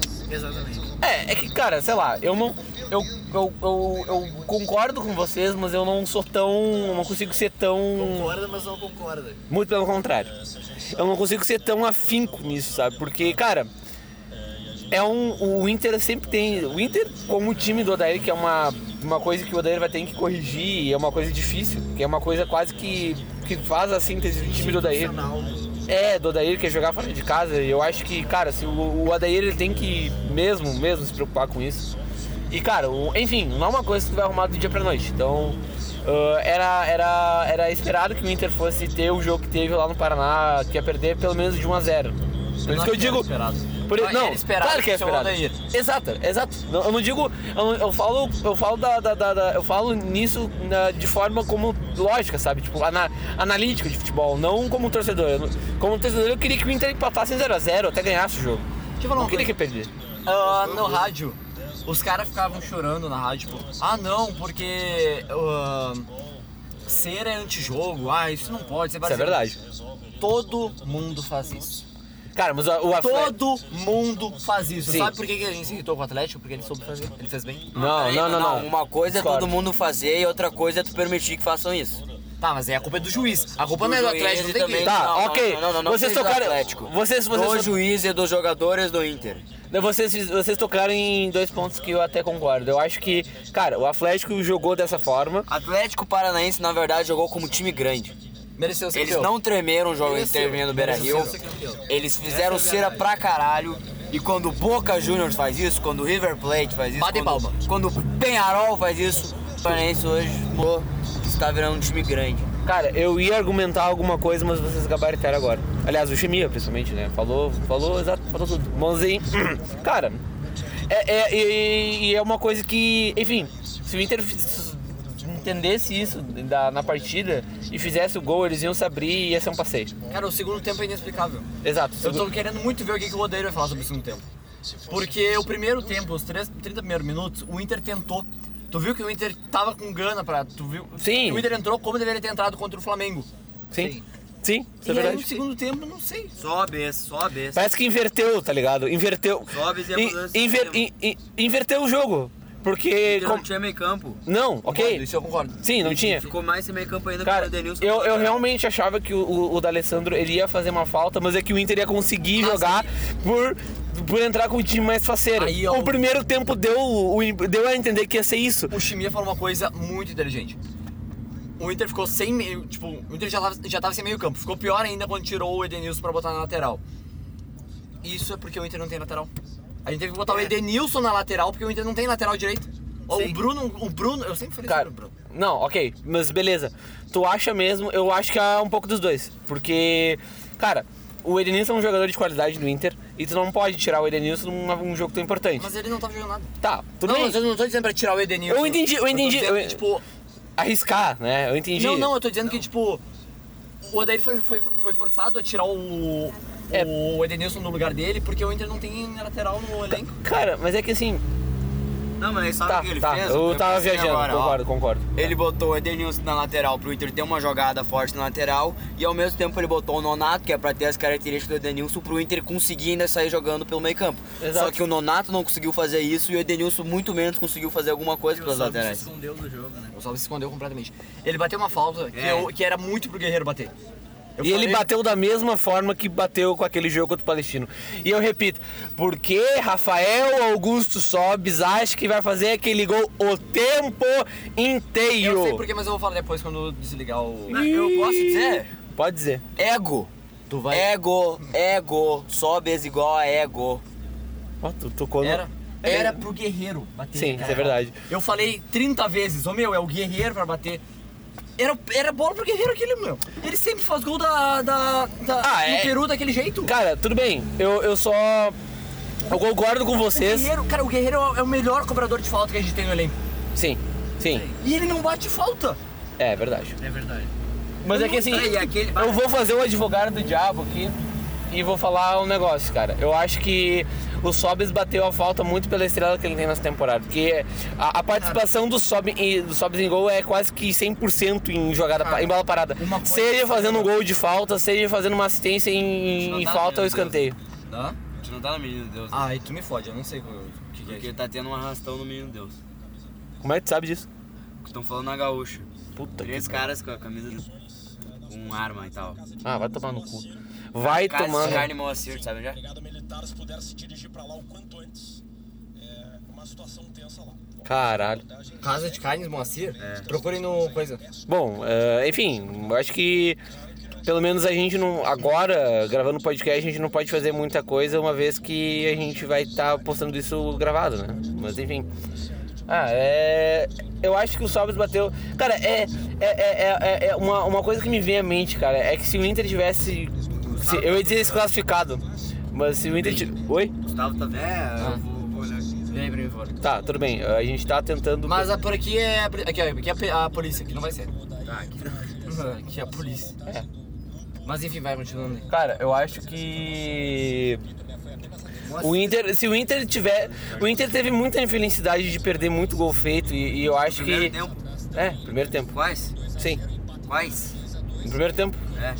Speaker 1: É, é que, cara, sei lá, eu não. Eu, eu, eu, eu concordo com vocês, mas eu não sou tão. Não consigo ser tão.
Speaker 6: Concorda, mas não concorda.
Speaker 1: Muito pelo contrário. Eu não consigo ser tão afinco nisso, sabe? Porque, cara, é um. O Inter sempre tem. O Inter, como time do Odair, que é uma, uma coisa que o Odair vai ter que corrigir, e é uma coisa difícil, que é uma coisa quase que. que faz a síntese do time do Odair. É, do Odair, que é jogar fora de casa. E eu acho que, cara, se o, o Odair ele tem que mesmo, mesmo se preocupar com isso. E, cara, o- enfim, não é uma coisa que tu vai arrumar do dia pra noite. Então, ah, era, era, era esperado que o Inter fosse ter o jogo que teve lá no Paraná, que ia perder pelo menos de 1 a 0 Por isso que eu digo. Por,
Speaker 2: Mas
Speaker 1: não,
Speaker 2: era esperado
Speaker 1: claro que é
Speaker 2: que seu
Speaker 1: esperado.
Speaker 2: Odair.
Speaker 1: Exato, exato. Não, eu não digo. Eu, não- eu falo, eu falo, da, da- da- da- eu falo nisso na- de forma como lógica, sabe? Tipo, ana, analítica de futebol, não como torcedor. Eu não- como torcedor, eu queria que o Inter empatasse em 0x0 até ganhasse o jogo.
Speaker 2: Deixa eu falar
Speaker 1: Não
Speaker 2: uma
Speaker 1: queria
Speaker 2: coisa.
Speaker 1: que perder.
Speaker 2: Ah, no rádio, os caras ficavam chorando na rádio, tipo, ah não, porque ah, ser é antijogo, ah, isso não pode, você
Speaker 1: Isso é verdade.
Speaker 2: Todo mundo faz isso.
Speaker 1: Cara, mas o, o Atlético.
Speaker 2: Todo mundo faz isso.
Speaker 1: Sim.
Speaker 2: Sabe por que que a gente se irritou com o Atlético? Porque ele soube fazer. Ele fez bem.
Speaker 1: Não,
Speaker 4: Peraí,
Speaker 1: não, não, não.
Speaker 4: Uma coisa é
Speaker 1: Discordo.
Speaker 4: todo mundo fazer e outra coisa é tu permitir que façam isso.
Speaker 2: Tá, mas aí a culpa é do juiz. A culpa
Speaker 4: Do
Speaker 2: não é do
Speaker 4: juiz
Speaker 2: Atlético, não
Speaker 4: e
Speaker 2: tem que...
Speaker 4: também-
Speaker 1: Tá,
Speaker 4: Não, não,
Speaker 1: ok.
Speaker 4: não, não, não, não
Speaker 1: vocês
Speaker 4: seja do
Speaker 1: tocaram.
Speaker 4: Atlético.
Speaker 1: Vocês, vocês,
Speaker 4: Do juiz e dos jogadores do Inter.
Speaker 1: Não, Vocês, vocês tocaram em dois pontos que eu até concordo. Eu acho que, cara, o Atlético jogou dessa forma.
Speaker 4: Atlético Paranaense, na verdade, jogou como time grande.
Speaker 2: Mereceu ser
Speaker 4: Eles
Speaker 2: campeão.
Speaker 4: não tremeram o jogo intervindo no Beira Rio. Eles
Speaker 5: é
Speaker 4: fizeram cera pra caralho. E quando o Boca Juniors faz isso, quando o River Plate faz isso,
Speaker 2: Batem
Speaker 4: quando,
Speaker 2: palma.
Speaker 4: quando o Penharol faz isso, o Paranaense hoje pô, está virando um time grande.
Speaker 1: Cara, eu ia argumentar alguma coisa, mas vocês gabaritaram agora. Aliás, o Chemia, principalmente, né? Falou, falou, exato, falou tudo. Mãozinho. <clears throat> Cara, é, é, e- e é uma coisa que, enfim, se o Inter f- entendesse isso da- na partida e fizesse o gol, eles iam se abrir e ia ser um passeio.
Speaker 2: Cara, o segundo tempo é inexplicável.
Speaker 1: Exato.
Speaker 2: Eu tô querendo muito ver o que, que o Odeiro vai falar sobre o segundo tempo. Porque o primeiro tempo, os três- 30 primeiros minutos, o Inter tentou. Tu viu que o Inter tava com gana pra. Tu viu?
Speaker 1: Sim.
Speaker 2: que O Inter entrou como deveria ter entrado contra o Flamengo.
Speaker 1: Sim. Sim, isso é
Speaker 2: e aí no
Speaker 1: verdade.
Speaker 2: segundo tempo, não sei.
Speaker 5: Sobe, sobe.
Speaker 1: Parece que inverteu, tá ligado? Inverteu.
Speaker 5: Sobes e a
Speaker 1: In-
Speaker 2: assim
Speaker 5: mudança
Speaker 1: inver-
Speaker 5: de
Speaker 1: in- in- inverteu o jogo. Porque.
Speaker 5: Inter
Speaker 1: com-
Speaker 5: não tinha meio campo.
Speaker 1: Não,
Speaker 2: Concordo,
Speaker 1: ok.
Speaker 2: Isso é eu concordo.
Speaker 1: Sim, não tinha.
Speaker 5: um Ficou mais sem meio campo ainda
Speaker 1: Cara,
Speaker 5: com o Denilson.
Speaker 1: eu, eu realmente achava que o, o, o D'Alessandro ele ia fazer uma falta, mas é que o Inter ia conseguir
Speaker 2: Ah,
Speaker 1: jogar por, por entrar com o time mais faceiro.
Speaker 2: Aí, ó,
Speaker 1: o primeiro tempo deu, o- o- deu a entender que ia ser isso.
Speaker 2: O Chimia falou uma coisa muito inteligente. O Inter ficou sem meio. Tipo, o Inter já tava, já tava sem meio campo. Ficou pior ainda quando tirou o Edenilson pra botar na lateral. Isso é porque o Inter não tem lateral. A gente teve que botar
Speaker 1: É.
Speaker 2: o Edenilson na lateral porque o Inter não tem lateral direito. Ó, O Bruno, o Bruno, eu sempre falei
Speaker 1: Cara,
Speaker 2: sobre o Bruno.
Speaker 1: não, ok, mas beleza. Tu acha mesmo, eu acho que é um pouco dos dois. Porque, cara, o Edenilson é um jogador de qualidade do Inter e tu não pode tirar o Edenilson num num jogo tão importante.
Speaker 2: Mas ele não tava jogando nada.
Speaker 1: Tá, tudo
Speaker 2: Não,
Speaker 1: bem.
Speaker 2: mas eu não tô dizendo pra tirar o Edenilson.
Speaker 1: Eu entendi, eu
Speaker 2: tô
Speaker 1: entendi,
Speaker 2: dizendo
Speaker 1: eu-
Speaker 2: que, tipo,
Speaker 1: Arriscar, né? Eu entendi.
Speaker 2: não, não, eu tô dizendo que, tipo, o Odair foi, foi, foi forçado a tirar o,
Speaker 1: É.
Speaker 2: o Edenilson no lugar dele porque o Inter não tem lateral no elenco.
Speaker 1: Cara, mas é que assim.
Speaker 5: Não, mas aí
Speaker 2: Ah,
Speaker 5: sabe
Speaker 1: Tá,
Speaker 5: o que ele
Speaker 1: tá.
Speaker 5: fez?
Speaker 1: eu
Speaker 4: Eu
Speaker 1: tava
Speaker 4: pensei
Speaker 1: viajando,
Speaker 4: agora, ó.
Speaker 1: concordo, concordo.
Speaker 4: Ele botou o Edenilson na lateral pro Inter ter uma jogada forte na lateral e ao mesmo tempo ele botou o Nonato, que é pra ter as características do Edenilson, pro Inter conseguir ainda sair jogando pelo meio campo.
Speaker 1: Exato.
Speaker 4: Só que o Nonato não conseguiu fazer isso e o Edenilson muito menos conseguiu fazer alguma coisa pelas laterais.
Speaker 5: escondeu do jogo, né?
Speaker 2: O Salve se escondeu completamente. Ele bateu uma falta que,
Speaker 5: É.
Speaker 2: eu- que era muito pro Guerreiro bater. Eu
Speaker 1: E ele
Speaker 2: falei-
Speaker 1: bateu da mesma forma que bateu com aquele jogo contra o Palestino. E eu repito, porque Rafael Augusto Sobis acha que vai fazer aquele gol o tempo inteiro?
Speaker 2: Eu sei porquê, mas eu vou falar depois quando desligar o.
Speaker 4: Eu posso dizer?
Speaker 1: Pode dizer.
Speaker 4: Ego!
Speaker 2: Tu vai.
Speaker 1: É,
Speaker 4: Ego, ego, sobes igual a é ego.
Speaker 1: Ó, tu tocou no...
Speaker 2: Era, era pro Guerreiro bater.
Speaker 1: é. Sim, isso é verdade.
Speaker 2: Eu falei 30 vezes, ô meu, é o Guerreiro pra bater. Era, era bola pro Guerreiro aquele, meu. Ele sempre faz gol da, da, da-
Speaker 1: Ah,
Speaker 2: do
Speaker 1: é?
Speaker 2: Peru daquele jeito.
Speaker 1: Cara, tudo bem. Eu, eu só... Eu concordo com
Speaker 2: o
Speaker 1: vocês.
Speaker 2: Guerreiro, cara, o Guerreiro é o- é o melhor cobrador de falta que a gente tem no elenco.
Speaker 1: Sim, sim.
Speaker 2: E ele não bate falta.
Speaker 1: É verdade.
Speaker 5: É verdade.
Speaker 1: Mas é que assim, eu vou fazer o advogado do diabo aqui e vou falar um negócio, cara. Eu acho que o Sobis bateu a falta muito pela estrela que ele tem nessa temporada. Porque a, a participação do, Sob, e- do Sobis em gol é quase que 100% em jogada,
Speaker 5: Ah,
Speaker 1: pa- em bola parada. Seja fazendo um gol de falta, seja fazendo uma assistência em, em
Speaker 5: dá,
Speaker 1: falta ou
Speaker 5: meu Deus.
Speaker 1: escanteio.
Speaker 2: Hã?
Speaker 5: A gente não tá no menino Deus. né?
Speaker 2: Ai, Ah, tu me fode, eu não sei o que, que é
Speaker 5: Porque
Speaker 2: isso.
Speaker 5: tá tendo um arrastão no menino Deus.
Speaker 1: Como é que tu sabe disso?
Speaker 5: Estão falando na gaúcha.
Speaker 6: Tá
Speaker 1: Puta que...
Speaker 5: Três caras com a camisa do- com arma e tal.
Speaker 1: Ah, vai tomar no cu. Vai
Speaker 5: Cássio,
Speaker 1: tomando.
Speaker 5: Carne e Moacir, sabe onde é?
Speaker 1: Caralho.
Speaker 2: Casa de Carnes, Moacir? Procurem no coisa.
Speaker 1: Bom, eh, enfim, eu acho que pelo menos a gente não. Agora, gravando podcast, a gente não pode fazer muita coisa, uma vez que a gente vai estar postando isso gravado, né? Mas enfim. Ah, é. Eu acho que o Sobres bateu. Cara, é. É, é, é- é- é uma, uma coisa que me vem à mente, cara, é que se o Inter tivesse. se- eu ia dizer desclassificado. Mas se o Inter. ti- Oi?
Speaker 5: Gustavo tá vendo? É,
Speaker 1: Ah.
Speaker 5: eu vou, vou olhar aqui.
Speaker 2: Vem aí pra mim, por favor.
Speaker 1: Tá, tudo bem. A gente tá tentando.
Speaker 2: Mas a- por aqui é. a pri- Aqui, ó, aqui é a pe- a, polícia, aqui não vai ser.
Speaker 5: Tá, aqui não.
Speaker 2: <laughs> Aqui é a polícia. Mas enfim, vai continuando aí.
Speaker 1: Cara, eu acho que. O Inter, se o Inter tiver. O Inter teve muita infelicidade de perder muito gol feito e, e eu acho que.
Speaker 5: Primeiro tempo.
Speaker 1: É, primeiro tempo.
Speaker 5: Quais?
Speaker 1: Sim.
Speaker 5: Quais?
Speaker 1: No primeiro tempo.
Speaker 5: É.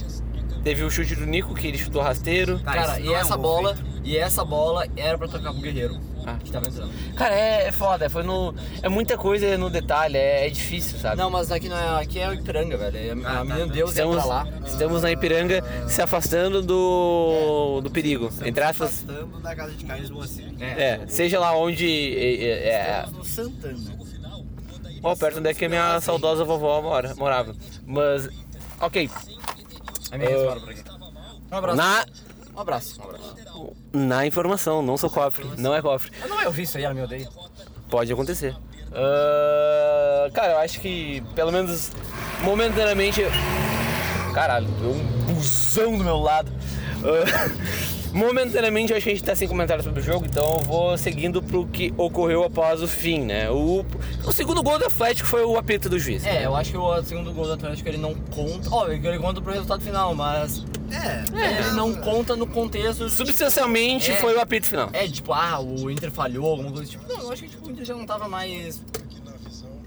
Speaker 1: Teve o chute do Nico, que ele chutou rasteiro.
Speaker 6: Tá,
Speaker 2: Cara,
Speaker 6: isso
Speaker 2: e
Speaker 6: não é um
Speaker 2: essa
Speaker 6: gol
Speaker 2: bola,
Speaker 6: feito. Ah.
Speaker 2: e essa bola era pra tocar pro Guerreiro, que tava entrando.
Speaker 1: Cara, é, é foda. Foi no. É muita coisa no detalhe, é, é difícil, sabe?
Speaker 2: Não, mas aqui não é, aqui é o Ipiranga,
Speaker 6: Ah,
Speaker 2: velho.
Speaker 6: tá,
Speaker 2: A menina Deus ia
Speaker 1: Estamos,
Speaker 2: pra lá.
Speaker 1: estamos na Ipiranga se afastando do, do perigo. Entre aspas,
Speaker 6: Afastando da casa de Carlos Moacir.
Speaker 1: é, seja lá onde. É, é, é,
Speaker 6: Estamos no Santana.
Speaker 1: ó, perto onde é que a minha saudosa vovó mora, morava. Mas. Ok.
Speaker 2: A minha
Speaker 1: Ah.
Speaker 2: uh, por aqui. Um abraço.
Speaker 1: Na,
Speaker 2: Um abraço, um abraço.
Speaker 1: na informação, não sou cofre. Não é cofre.
Speaker 2: Ah, não, eu vi isso aí, ela me odeia.
Speaker 1: Pode acontecer. Ah, cara, eu acho que pelo menos momentaneamente. Caralho, deu um busão do meu lado. Ah, <laughs> momentaneamente eu acho que a gente tá sem comentários sobre o jogo, então eu vou seguindo pro que ocorreu após o fim, né? O, o segundo gol do Atlético foi o apito do juiz.
Speaker 2: É, eu acho que o segundo gol do Atlético ele não conta. Ó, ele conta pro resultado final, mas
Speaker 6: É.
Speaker 2: ele não conta no contexto. de-
Speaker 1: Substancialmente
Speaker 2: É.
Speaker 1: foi o apito final.
Speaker 2: É, tipo, ah, o Inter falhou, alguma coisa tipo. Não, eu acho que tipo, o Inter já não tava mais.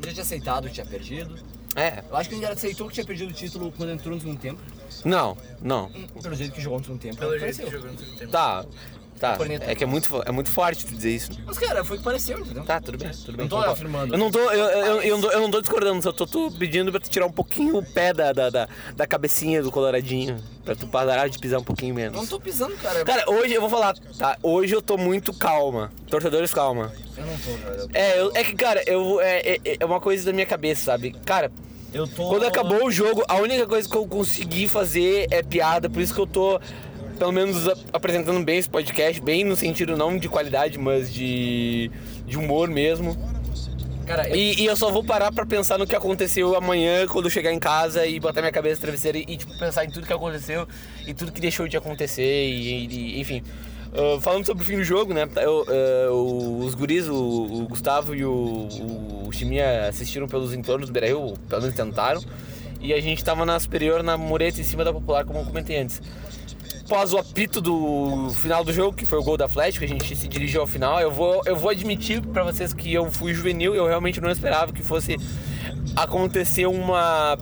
Speaker 2: Já tinha aceitado que tinha perdido.
Speaker 1: É.
Speaker 2: Eu acho que o Inter aceitou que tinha perdido o título quando entrou no segundo tempo.
Speaker 1: Não, não.
Speaker 2: Pelo jeito que jogou no segundo tempo.
Speaker 6: Pelo jeito
Speaker 2: pareceu.
Speaker 6: que jogou no segundo tempo.
Speaker 1: Tá. Tá.
Speaker 2: Corneta.
Speaker 1: É que é muito, fo- é muito forte tu dizer isso.
Speaker 2: Mas, cara, foi o que pareceu, entendeu?
Speaker 1: Tá, tudo bem, tudo bem.
Speaker 2: Não tô
Speaker 1: concordo.
Speaker 2: afirmando.
Speaker 1: Eu não tô, eu, eu, eu, eu não tô, eu não tô discordando, só tô, tô pedindo pra tu tirar um pouquinho o pé da, da, da, da cabecinha do coloradinho. Pra tu parar de pisar um pouquinho
Speaker 2: Não
Speaker 1: menos.
Speaker 2: tô pisando, cara.
Speaker 1: Cara, hoje eu vou falar, tá? Hoje eu tô muito calma. Torcedores, calma.
Speaker 2: Eu não tô, velho.
Speaker 1: É, eu- é que, cara, eu, é, é, é uma coisa da minha cabeça, sabe? Cara,
Speaker 2: Eu tô.
Speaker 1: quando acabou o jogo, a única coisa que eu consegui fazer é piada, por isso que eu tô, pelo menos, a- apresentando bem esse podcast, bem no sentido não de qualidade, mas de, de humor mesmo.
Speaker 2: Cara, eu...
Speaker 1: E, e eu só vou parar pra pensar no que aconteceu amanhã quando eu chegar em casa e botar minha cabeça no travesseiro e, e, tipo, pensar em tudo que aconteceu e tudo que deixou de acontecer e, e- enfim. Ah, falando sobre o fim do jogo, né? eu, ah, o- os guris, o, o Gustavo e o, o Chiminha assistiram pelos entornos do beira pelo menos tentaram. E a gente tava na superior, na mureta, em cima da popular, como eu comentei antes. Após o apito do final do jogo, que foi o gol do Atlético, a gente se dirigiu ao final. Eu vou, eu vou admitir pra vocês que eu fui juvenil, eu realmente não esperava que fosse acontecer uma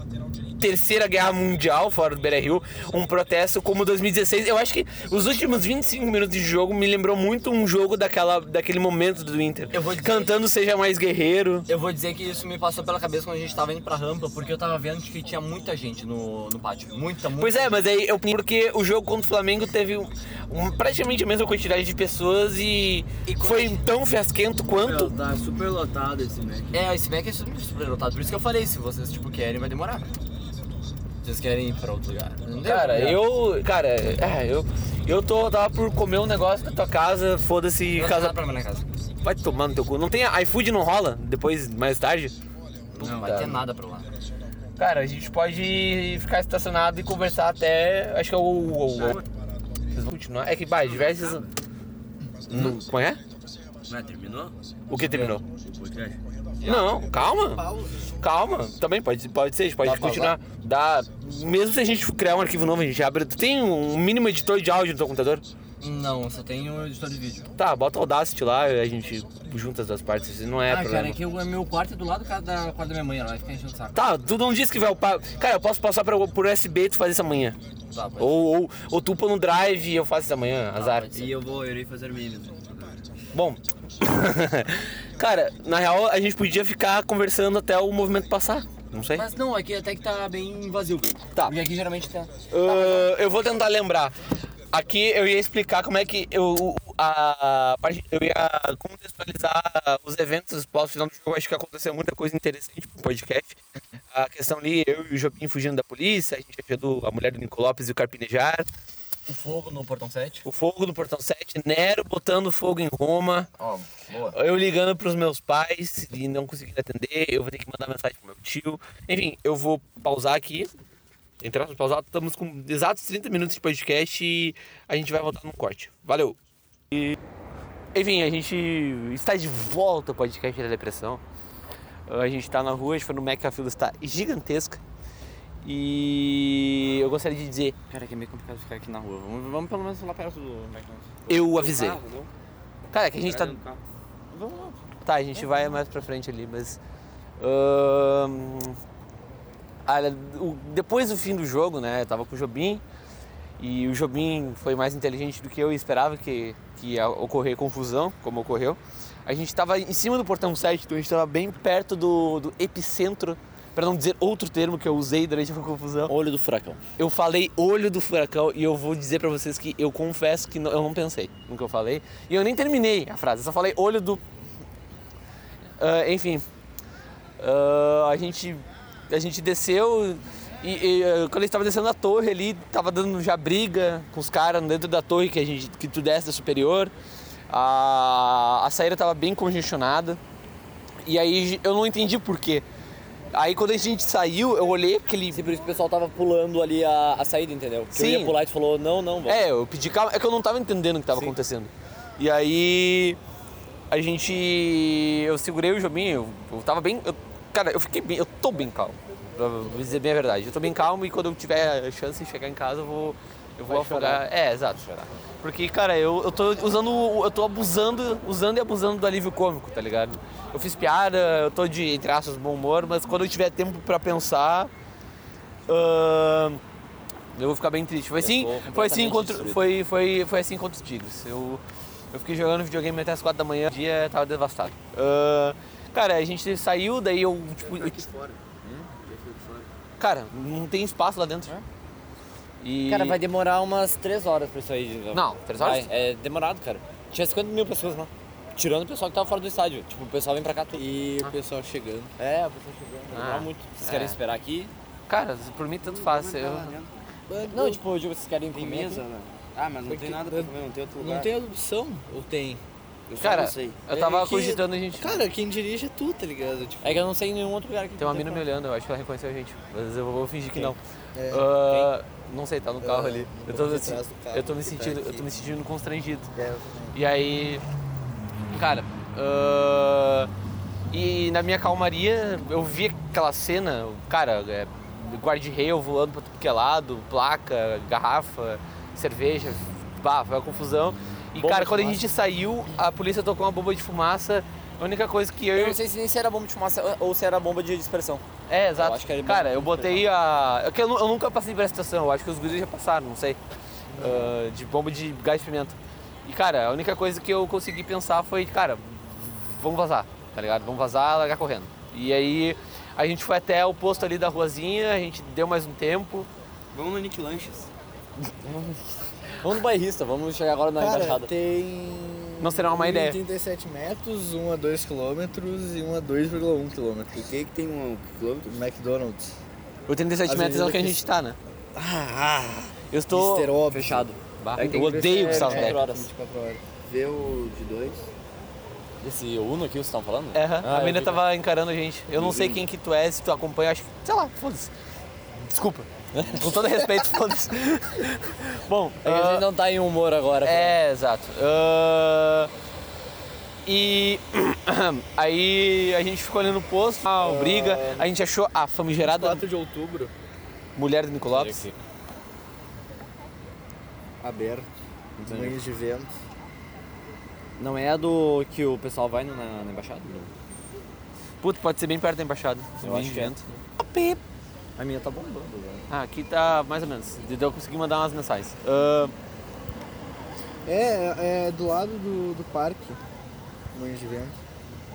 Speaker 1: terceira guerra mundial fora do Beira Rio, um protesto como 2016. Eu acho que os últimos 25 minutos de jogo me lembrou muito um jogo daquela, daquele momento do Inter.
Speaker 2: Eu vou dizer-
Speaker 1: Cantando Seja Mais Guerreiro.
Speaker 2: eu vou dizer que isso me passou pela cabeça quando a gente tava indo pra rampa, porque eu tava vendo que tinha muita gente no, no pátio. Muita, muita.
Speaker 1: Pois é, mas aí eu porque o jogo contra o Flamengo teve um- um- praticamente a mesma quantidade de pessoas e, foi tão fiasquento quanto.
Speaker 5: Tá super lotado esse Mac.
Speaker 2: É, esse Mac é super, super lotado. Por isso que eu falei, se vocês, tipo, querem, vai demorar. Vocês querem ir pra outro lugar. Entendeu?
Speaker 1: Cara, eu. Cara, é, eu. Eu tô tava por comer um negócio na tua casa, foda-se,
Speaker 2: Não
Speaker 1: casa.
Speaker 2: dá pra mim na casa.
Speaker 1: Vai tomar no teu cu. Não tem. iFood não rola? Depois, mais tarde?
Speaker 2: Não vai
Speaker 1: dá.
Speaker 2: ter nada pra lá.
Speaker 1: Cara, a gente pode ficar estacionado e conversar até. Acho que é o. o- o- Vocês vão continuar? É que, bah, diversas. Não, como é?
Speaker 5: Não, terminou?
Speaker 1: O que terminou?
Speaker 5: O podcast?
Speaker 1: Não, calma. Calma. Também pode, pode ser, a gente pode
Speaker 2: Dá pra
Speaker 1: continuar. Dá, mesmo se a gente criar um arquivo novo, a gente abre. Tu tem um mínimo editor de áudio no teu computador?
Speaker 2: Não, só tem o editor de vídeo.
Speaker 1: Tá, bota o Audacity lá, a gente junta as duas partes, isso não é
Speaker 2: ah,
Speaker 1: problema.
Speaker 2: cara, é que o meu quarto é do lado do ca- da quarto da minha mãe, ela vai ficar enchendo o saco.
Speaker 1: Tá, tu não disse que vai upar. Cara, eu posso passar pra, por USB e tu faz isso amanhã.
Speaker 2: Tá, pode-
Speaker 1: Ou, ou, ou tu upa no drive e eu faço isso amanhã,
Speaker 2: Ah,
Speaker 1: azar.
Speaker 5: E eu vou, eu irei fazer memes.
Speaker 1: Bom. <laughs> cara, na real a gente podia ficar conversando até o movimento passar. Não sei.
Speaker 2: Mas não, aqui até que tá bem vazio.
Speaker 1: Tá.
Speaker 2: Porque aqui geralmente tá.
Speaker 1: Uh, eu vou tentar lembrar. Aqui eu ia explicar como é que eu a, a parte- eu ia contextualizar os eventos pós-final do jogo. Acho que aconteceu muita coisa interessante pro podcast. A questão ali, eu e o Jobim fugindo da polícia, a gente achando a mulher do Nico Lopes e o Carpinejar,
Speaker 2: O fogo no portão 7.
Speaker 1: o fogo do Portão 7, Nero botando fogo em Roma,
Speaker 2: Ó, boa.
Speaker 1: eu ligando pros meus pais e não conseguindo atender, eu vou ter que mandar mensagem pro meu tio. Enfim, eu vou pausar aqui, Entramos pausado, estamos com exatos 30 minutos de podcast e a gente vai voltar num corte. Valeu! E, enfim, a gente está de volta ao podcast da depressão. Ah, A gente está na rua, a gente foi no Mac, a fila está gigantesca. E eu gostaria de dizer,
Speaker 3: Cara, que é meio complicado ficar aqui na rua. Vamos, vamos pelo menos lá perto do McDonald's.
Speaker 1: eu avisei. Cara, é que a gente
Speaker 3: É,
Speaker 1: está
Speaker 5: Dentro do carro.
Speaker 3: um Vamos lá.
Speaker 1: Tá, a gente vai mais pra frente ali, mas. ah, ahn, olha, o- depois do fim do jogo, né? Eu tava com o Jobim. E o Jobim foi mais inteligente do que eu e esperava que, que ia ocorrer confusão, como ocorreu. A gente estava em cima do portão 7, então a gente estava bem perto do, do epicentro, para não dizer outro termo que eu usei durante a confusão.
Speaker 3: Olho do furacão.
Speaker 1: Eu falei olho do furacão e eu vou dizer pra vocês que eu confesso que não- eu não pensei no que eu falei. E eu nem terminei a frase, eu só falei olho do. Ah, enfim. Ah, a gente. A gente desceu e, e, ah, quando a gente tava descendo a torre ali, tava dando já briga com os caras dentro da torre que, a gente, que tu desce da superior. A, a saída tava bem congestionada. E aí eu não entendi por quê. Aí quando a gente saiu, eu olhei aquele
Speaker 3: Sim, por isso que o pessoal tava pulando ali a, a saída, entendeu? Que
Speaker 1: Sim.
Speaker 3: eu ia pular e tu falou, não, não, vamos.
Speaker 1: É, eu pedi calma, é que eu não tava entendendo o que tava acontecendo. E aí a gente. Eu segurei o Jobim, eu, eu tava bem. eu- cara, eu fiquei bem. Eu tô bem calmo. Pra dizer bem a verdade. Eu tô bem calmo e quando eu tiver a chance de chegar em casa eu vou. Eu vou afogar. É, exato, chorar. Porque, cara, eu, eu tô usando. Eu tô abusando, usando e abusando do alívio cômico, tá ligado? Eu fiz piada, eu tô de, entre aspas, bom humor, mas quando eu tiver tempo pra pensar. ahn, eu vou ficar bem triste. Foi assim,
Speaker 3: tô
Speaker 1: foi assim,
Speaker 3: completamente
Speaker 1: contra,
Speaker 3: destruído.
Speaker 1: foi, foi, foi assim contra os Tigres. Eu, eu fiquei jogando videogame até as 4 da manhã, o dia tava devastado. Ah, cara, a gente saiu, daí eu, tipo... eu- Cara, não tem espaço lá dentro. E...
Speaker 3: Cara, vai demorar umas 3 horas pra isso aí. Então.
Speaker 1: Não, três horas?
Speaker 3: Vai, é demorado, cara. Tinha 50 mil pessoas lá. Tirando o pessoal que tava fora do estádio. Tipo, o pessoal vem pra cá tudo. Ah.
Speaker 5: E o pessoal chegando.
Speaker 3: É, o pessoal chegando. Vai demorar
Speaker 1: Ah,
Speaker 3: muito. Vocês
Speaker 1: é.
Speaker 3: querem esperar aqui?
Speaker 1: Cara, por mim tanto faz. Eu...
Speaker 3: Não, tipo, eu digo, vocês querem
Speaker 5: Tem
Speaker 3: comer?
Speaker 5: mesa,
Speaker 3: aqui?
Speaker 5: né?
Speaker 4: Ah, mas não
Speaker 5: Porque-
Speaker 4: tem nada pra comer, não tem outro lugar.
Speaker 5: Não tem opção? Ou tem?
Speaker 4: Eu só
Speaker 1: Cara,
Speaker 4: não sei.
Speaker 1: eu tava
Speaker 5: É que-
Speaker 1: cogitando a gente...
Speaker 5: Cara, quem dirige é tu, tá ligado? Tipo,
Speaker 3: É que eu não sei em nenhum outro lugar aqui.
Speaker 1: Tem uma mina me olhando, eu acho que ela reconheceu a gente. Mas eu vou fingir que não. Ah, não sei, tá no carro ali. Eu tô, me,
Speaker 5: atrás do carro
Speaker 1: eu tô me
Speaker 5: que tá
Speaker 1: sentindo, eu
Speaker 5: aqui.
Speaker 1: tô me sentindo constrangido. E aí, cara, ah, e na minha calmaria eu vi aquela cena, cara, é, guarda-reio voando pra tudo que é lado, placa, garrafa, cerveja, bah, foi uma confusão. E
Speaker 3: Bomba
Speaker 1: cara,
Speaker 3: de
Speaker 1: quando a
Speaker 3: fumaça.
Speaker 1: gente saiu, a polícia tocou uma bomba de fumaça. A única coisa que eu
Speaker 3: Eu não sei se nem se era bomba de fumaça ou se era bomba de dispersão.
Speaker 1: é, exato.
Speaker 3: Eu acho que assim, ele-
Speaker 1: cara, eu botei a. é que Eu, nu- eu nunca passei por essa situação, eu acho que os guris já passaram, não sei. Ah, de bomba de gás de pimenta. E, cara, a única coisa que eu consegui pensar foi, cara, vamos vazar, tá ligado? Vamos vazar, largar correndo. E aí a gente foi até o posto ali da ruazinha, a gente deu mais um tempo.
Speaker 4: Vamos no Nick Lanches.
Speaker 3: <laughs> Vamos no bairrista, vamos chegar agora na Tá embaixada.
Speaker 5: tem...
Speaker 1: Não será uma má ideia.
Speaker 5: 37 metros, 1 a 2 quilômetros e 1 a 2,1 quilômetros.
Speaker 4: O que que tem um quilômetro?
Speaker 5: McDonald's.
Speaker 1: 87
Speaker 5: Avenida
Speaker 1: metros é o que a
Speaker 5: que-
Speaker 1: gente tá, né?
Speaker 3: Ah,
Speaker 1: Eu estou.
Speaker 5: Mister Óbvio.
Speaker 3: Fechado.
Speaker 1: Bah,
Speaker 5: É que tem
Speaker 1: eu
Speaker 5: que
Speaker 1: odeio
Speaker 5: crescer,
Speaker 1: o Gustavo
Speaker 5: né?
Speaker 1: Beck.
Speaker 3: Quatro horas.
Speaker 5: 24 horas.
Speaker 4: Vê o de dois.
Speaker 3: Esse Uno aqui, vocês estão falando?
Speaker 1: Aham,
Speaker 3: Ah,
Speaker 1: a
Speaker 3: eu
Speaker 1: menina
Speaker 3: vi.
Speaker 1: tava encarando a gente. Eu não sei quem que tu é, se tu acompanha, acho que. Sei lá, foda-se. Desculpa. Com todo <laughs> respeito, foda-se. Bom,
Speaker 3: É que a
Speaker 1: ah,
Speaker 3: gente não tá em humor agora.
Speaker 1: é, exato. Ah, e <clears throat> aí a gente ficou ali no posto, ah, briga, a gente achou a famigerada
Speaker 5: 4 de outubro.
Speaker 1: mulher do Nico
Speaker 3: pra-
Speaker 1: Lopes.
Speaker 5: Aberto. Manhas de vento.
Speaker 3: Não é a do que o pessoal vai no- na, na embaixada? Não.
Speaker 1: Puto, pode ser bem perto da embaixada. Ah,
Speaker 3: Eu
Speaker 1: Bem
Speaker 3: acho que é.
Speaker 1: vento.
Speaker 3: A minha tá bombando agora.
Speaker 1: Ah, aqui tá mais ou menos. Eu consegui mandar umas mensagens. Ah,
Speaker 5: É, é do lado do, do parque. Manhas de vento.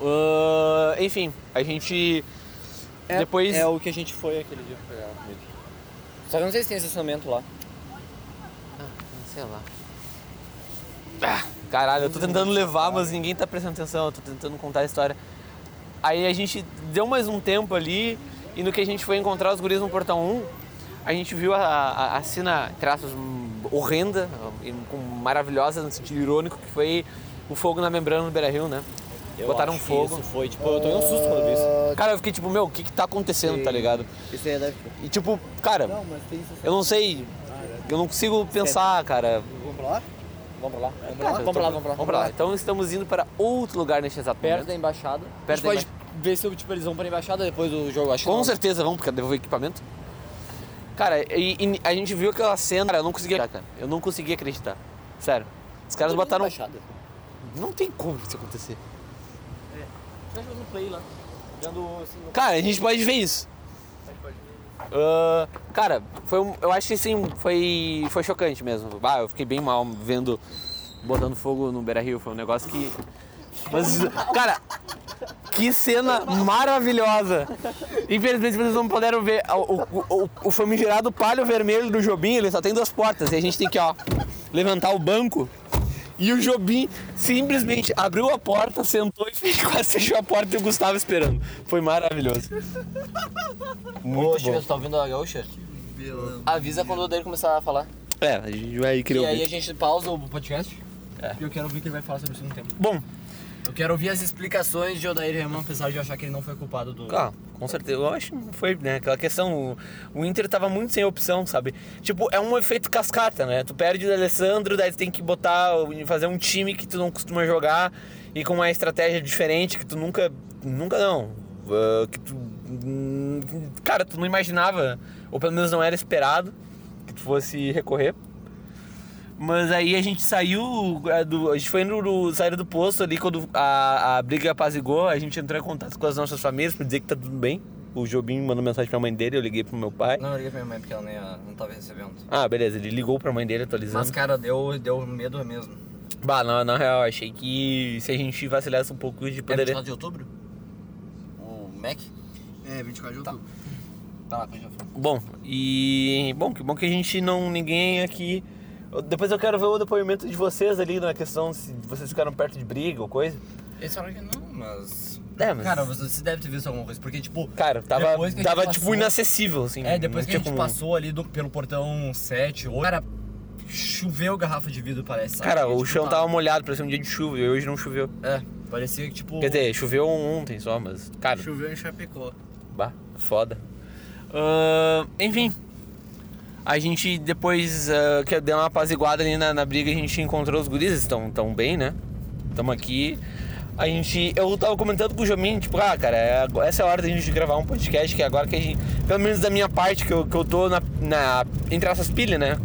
Speaker 1: ah, enfim, a gente. depois.
Speaker 3: É o que a gente foi aquele dia pegar comida. Só que eu não sei se tem estacionamento lá.
Speaker 1: Sei lá. Ah, caralho, eu tô tentando levar, mas ninguém tá prestando atenção, eu tô tentando contar a história. Aí a gente deu mais um tempo ali, e no que a gente foi encontrar os guris no portão 1, a gente viu a, a, a cena, traços horrenda, e com- maravilhosa no sentido irônico, que foi o fogo na membrana no Beira Rio, né?
Speaker 3: Eu
Speaker 1: Botaram
Speaker 3: acho que
Speaker 1: fogo.
Speaker 3: Isso foi, tipo, eu tomei um susto quando vi isso.
Speaker 1: Cara, eu fiquei tipo, meu, o que que tá acontecendo, tá ligado?
Speaker 5: Ah, Isso aí é da...
Speaker 1: E tipo, cara,
Speaker 5: Não, mas tem isso.
Speaker 1: eu não sei, eu não consigo pensar, cara,
Speaker 5: Vamos pra lá? É,
Speaker 3: Vamos pra lá? Vamos
Speaker 1: Cara, eu
Speaker 3: Vamos
Speaker 1: tô-
Speaker 3: pra lá, vamos pra lá.
Speaker 1: Vamos pra lá. Então estamos indo para outro lugar neste exato
Speaker 3: Perto
Speaker 1: momento.
Speaker 3: da embaixada. a
Speaker 1: Perto
Speaker 3: gente
Speaker 1: da
Speaker 3: pode ver se tipo, eles vão pra embaixada depois do jogo, acho que
Speaker 1: Com
Speaker 3: não. né?
Speaker 1: certeza vamos, porque devolver equipamento. Cara, e, e a gente viu aquela cena, cara, eu não conseguia acreditar, cara. Eu não conseguia acreditar. Sério. Os caras botaram.
Speaker 3: Embaixada.
Speaker 1: Não tem como isso acontecer.
Speaker 3: Tá jogando play lá. Jogando, assim, no-
Speaker 1: Cara, a gente pode ver isso. Ah, cara, foi um, eu acho que sim, foi, foi chocante mesmo. Ah, eu fiquei bem mal vendo botando fogo no Beira Rio, foi um negócio que. Mas, cara, que cena maravilhosa! Infelizmente vocês não puderam ver o, o, o, o famigerado palho vermelho do Jobim, ele só tem duas portas e a gente tem que, ó, levantar o banco. E o Jobim simplesmente abriu a porta, sentou e fez- <laughs> quase fechou a porta e o Gustavo esperando. Foi maravilhoso.
Speaker 3: Ô,
Speaker 1: Muito bom.
Speaker 3: Chives, tá ouvindo a gaúcha? Avisa quando o Odeiro começar a falar.
Speaker 1: É, a gente vai
Speaker 3: E
Speaker 1: criar
Speaker 3: aí
Speaker 1: um
Speaker 3: a gente pausa o podcast.
Speaker 1: É.
Speaker 2: E eu quero ouvir o que ele vai falar sobre isso no tempo.
Speaker 1: Bom,
Speaker 2: Eu quero ouvir as explicações de Odair Reman, apesar de eu achar que ele não foi culpado do.
Speaker 1: Ah, com certeza. Eu acho que foi, né? Aquela questão. O, o Inter tava muito sem opção, sabe? Tipo, é um efeito cascata, né? Tu perde o Alessandro, daí tu tem que botar. fazer um time que tu não costuma jogar e com uma estratégia diferente que tu nunca. Nunca não. ah, que tu. hum, Cara, tu não imaginava, ou pelo menos não era esperado que tu fosse recorrer. Mas aí a gente saiu, é, do, a gente foi no, no- saíram do posto ali quando a, a briga apazigou, a gente entrou em contato com as nossas famílias pra dizer que tá tudo bem. O Jobim mandou mensagem pra mãe dele, eu liguei pro meu pai.
Speaker 2: Não, eu liguei pra minha mãe porque ela nem, ela não tava recebendo.
Speaker 1: Ah, beleza, ele ligou pra mãe dele atualizando.
Speaker 2: Mas, cara, deu, deu medo mesmo.
Speaker 1: Bah, na, na real, achei que se a gente vacilasse um pouco, a gente
Speaker 2: É
Speaker 1: poderia...
Speaker 2: 24 de outubro? O Mac?
Speaker 6: É, 24 de outubro.
Speaker 2: Tá lá, continua.
Speaker 1: Bom, e bom, que bom que a gente não ninguém aqui. Eu- Depois eu quero ver o depoimento de vocês ali na questão se vocês ficaram perto de briga ou coisa.
Speaker 2: Eles falaram é que não, mas.
Speaker 1: É, mas-
Speaker 2: Cara, você você deve ter visto alguma coisa, porque, tipo.
Speaker 1: Cara, tava
Speaker 2: Depois que a gente
Speaker 1: tava tipo
Speaker 2: passou-
Speaker 1: inacessível assim.
Speaker 2: É, depois
Speaker 1: não
Speaker 2: que
Speaker 1: tinha
Speaker 2: a gente
Speaker 1: como-
Speaker 2: passou ali do- pelo portão 7, 8. Cara, choveu garrafa de vidro, parece. sabe?
Speaker 1: Cara,
Speaker 2: Tipo,
Speaker 1: o chão tava molhado, parecia um dia de chuva, e hoje não choveu.
Speaker 2: É, parecia que, tipo.
Speaker 1: Quer dizer, choveu ontem só, mas, cara,
Speaker 6: Choveu em Chapecó.
Speaker 1: bah, foda. Ahn, enfim, a gente depois ah, que deu uma apaziguada ali na, na briga, a gente encontrou os guris, estão tão bem, né? Estamos aqui. A gente, eu tava comentando com o Jomin, tipo, ah, cara, é agora- essa é a hora da gente gravar um podcast, que é agora que a gente, pelo menos da minha parte, que eu, que eu tô na, na- entre essas pilhas, né?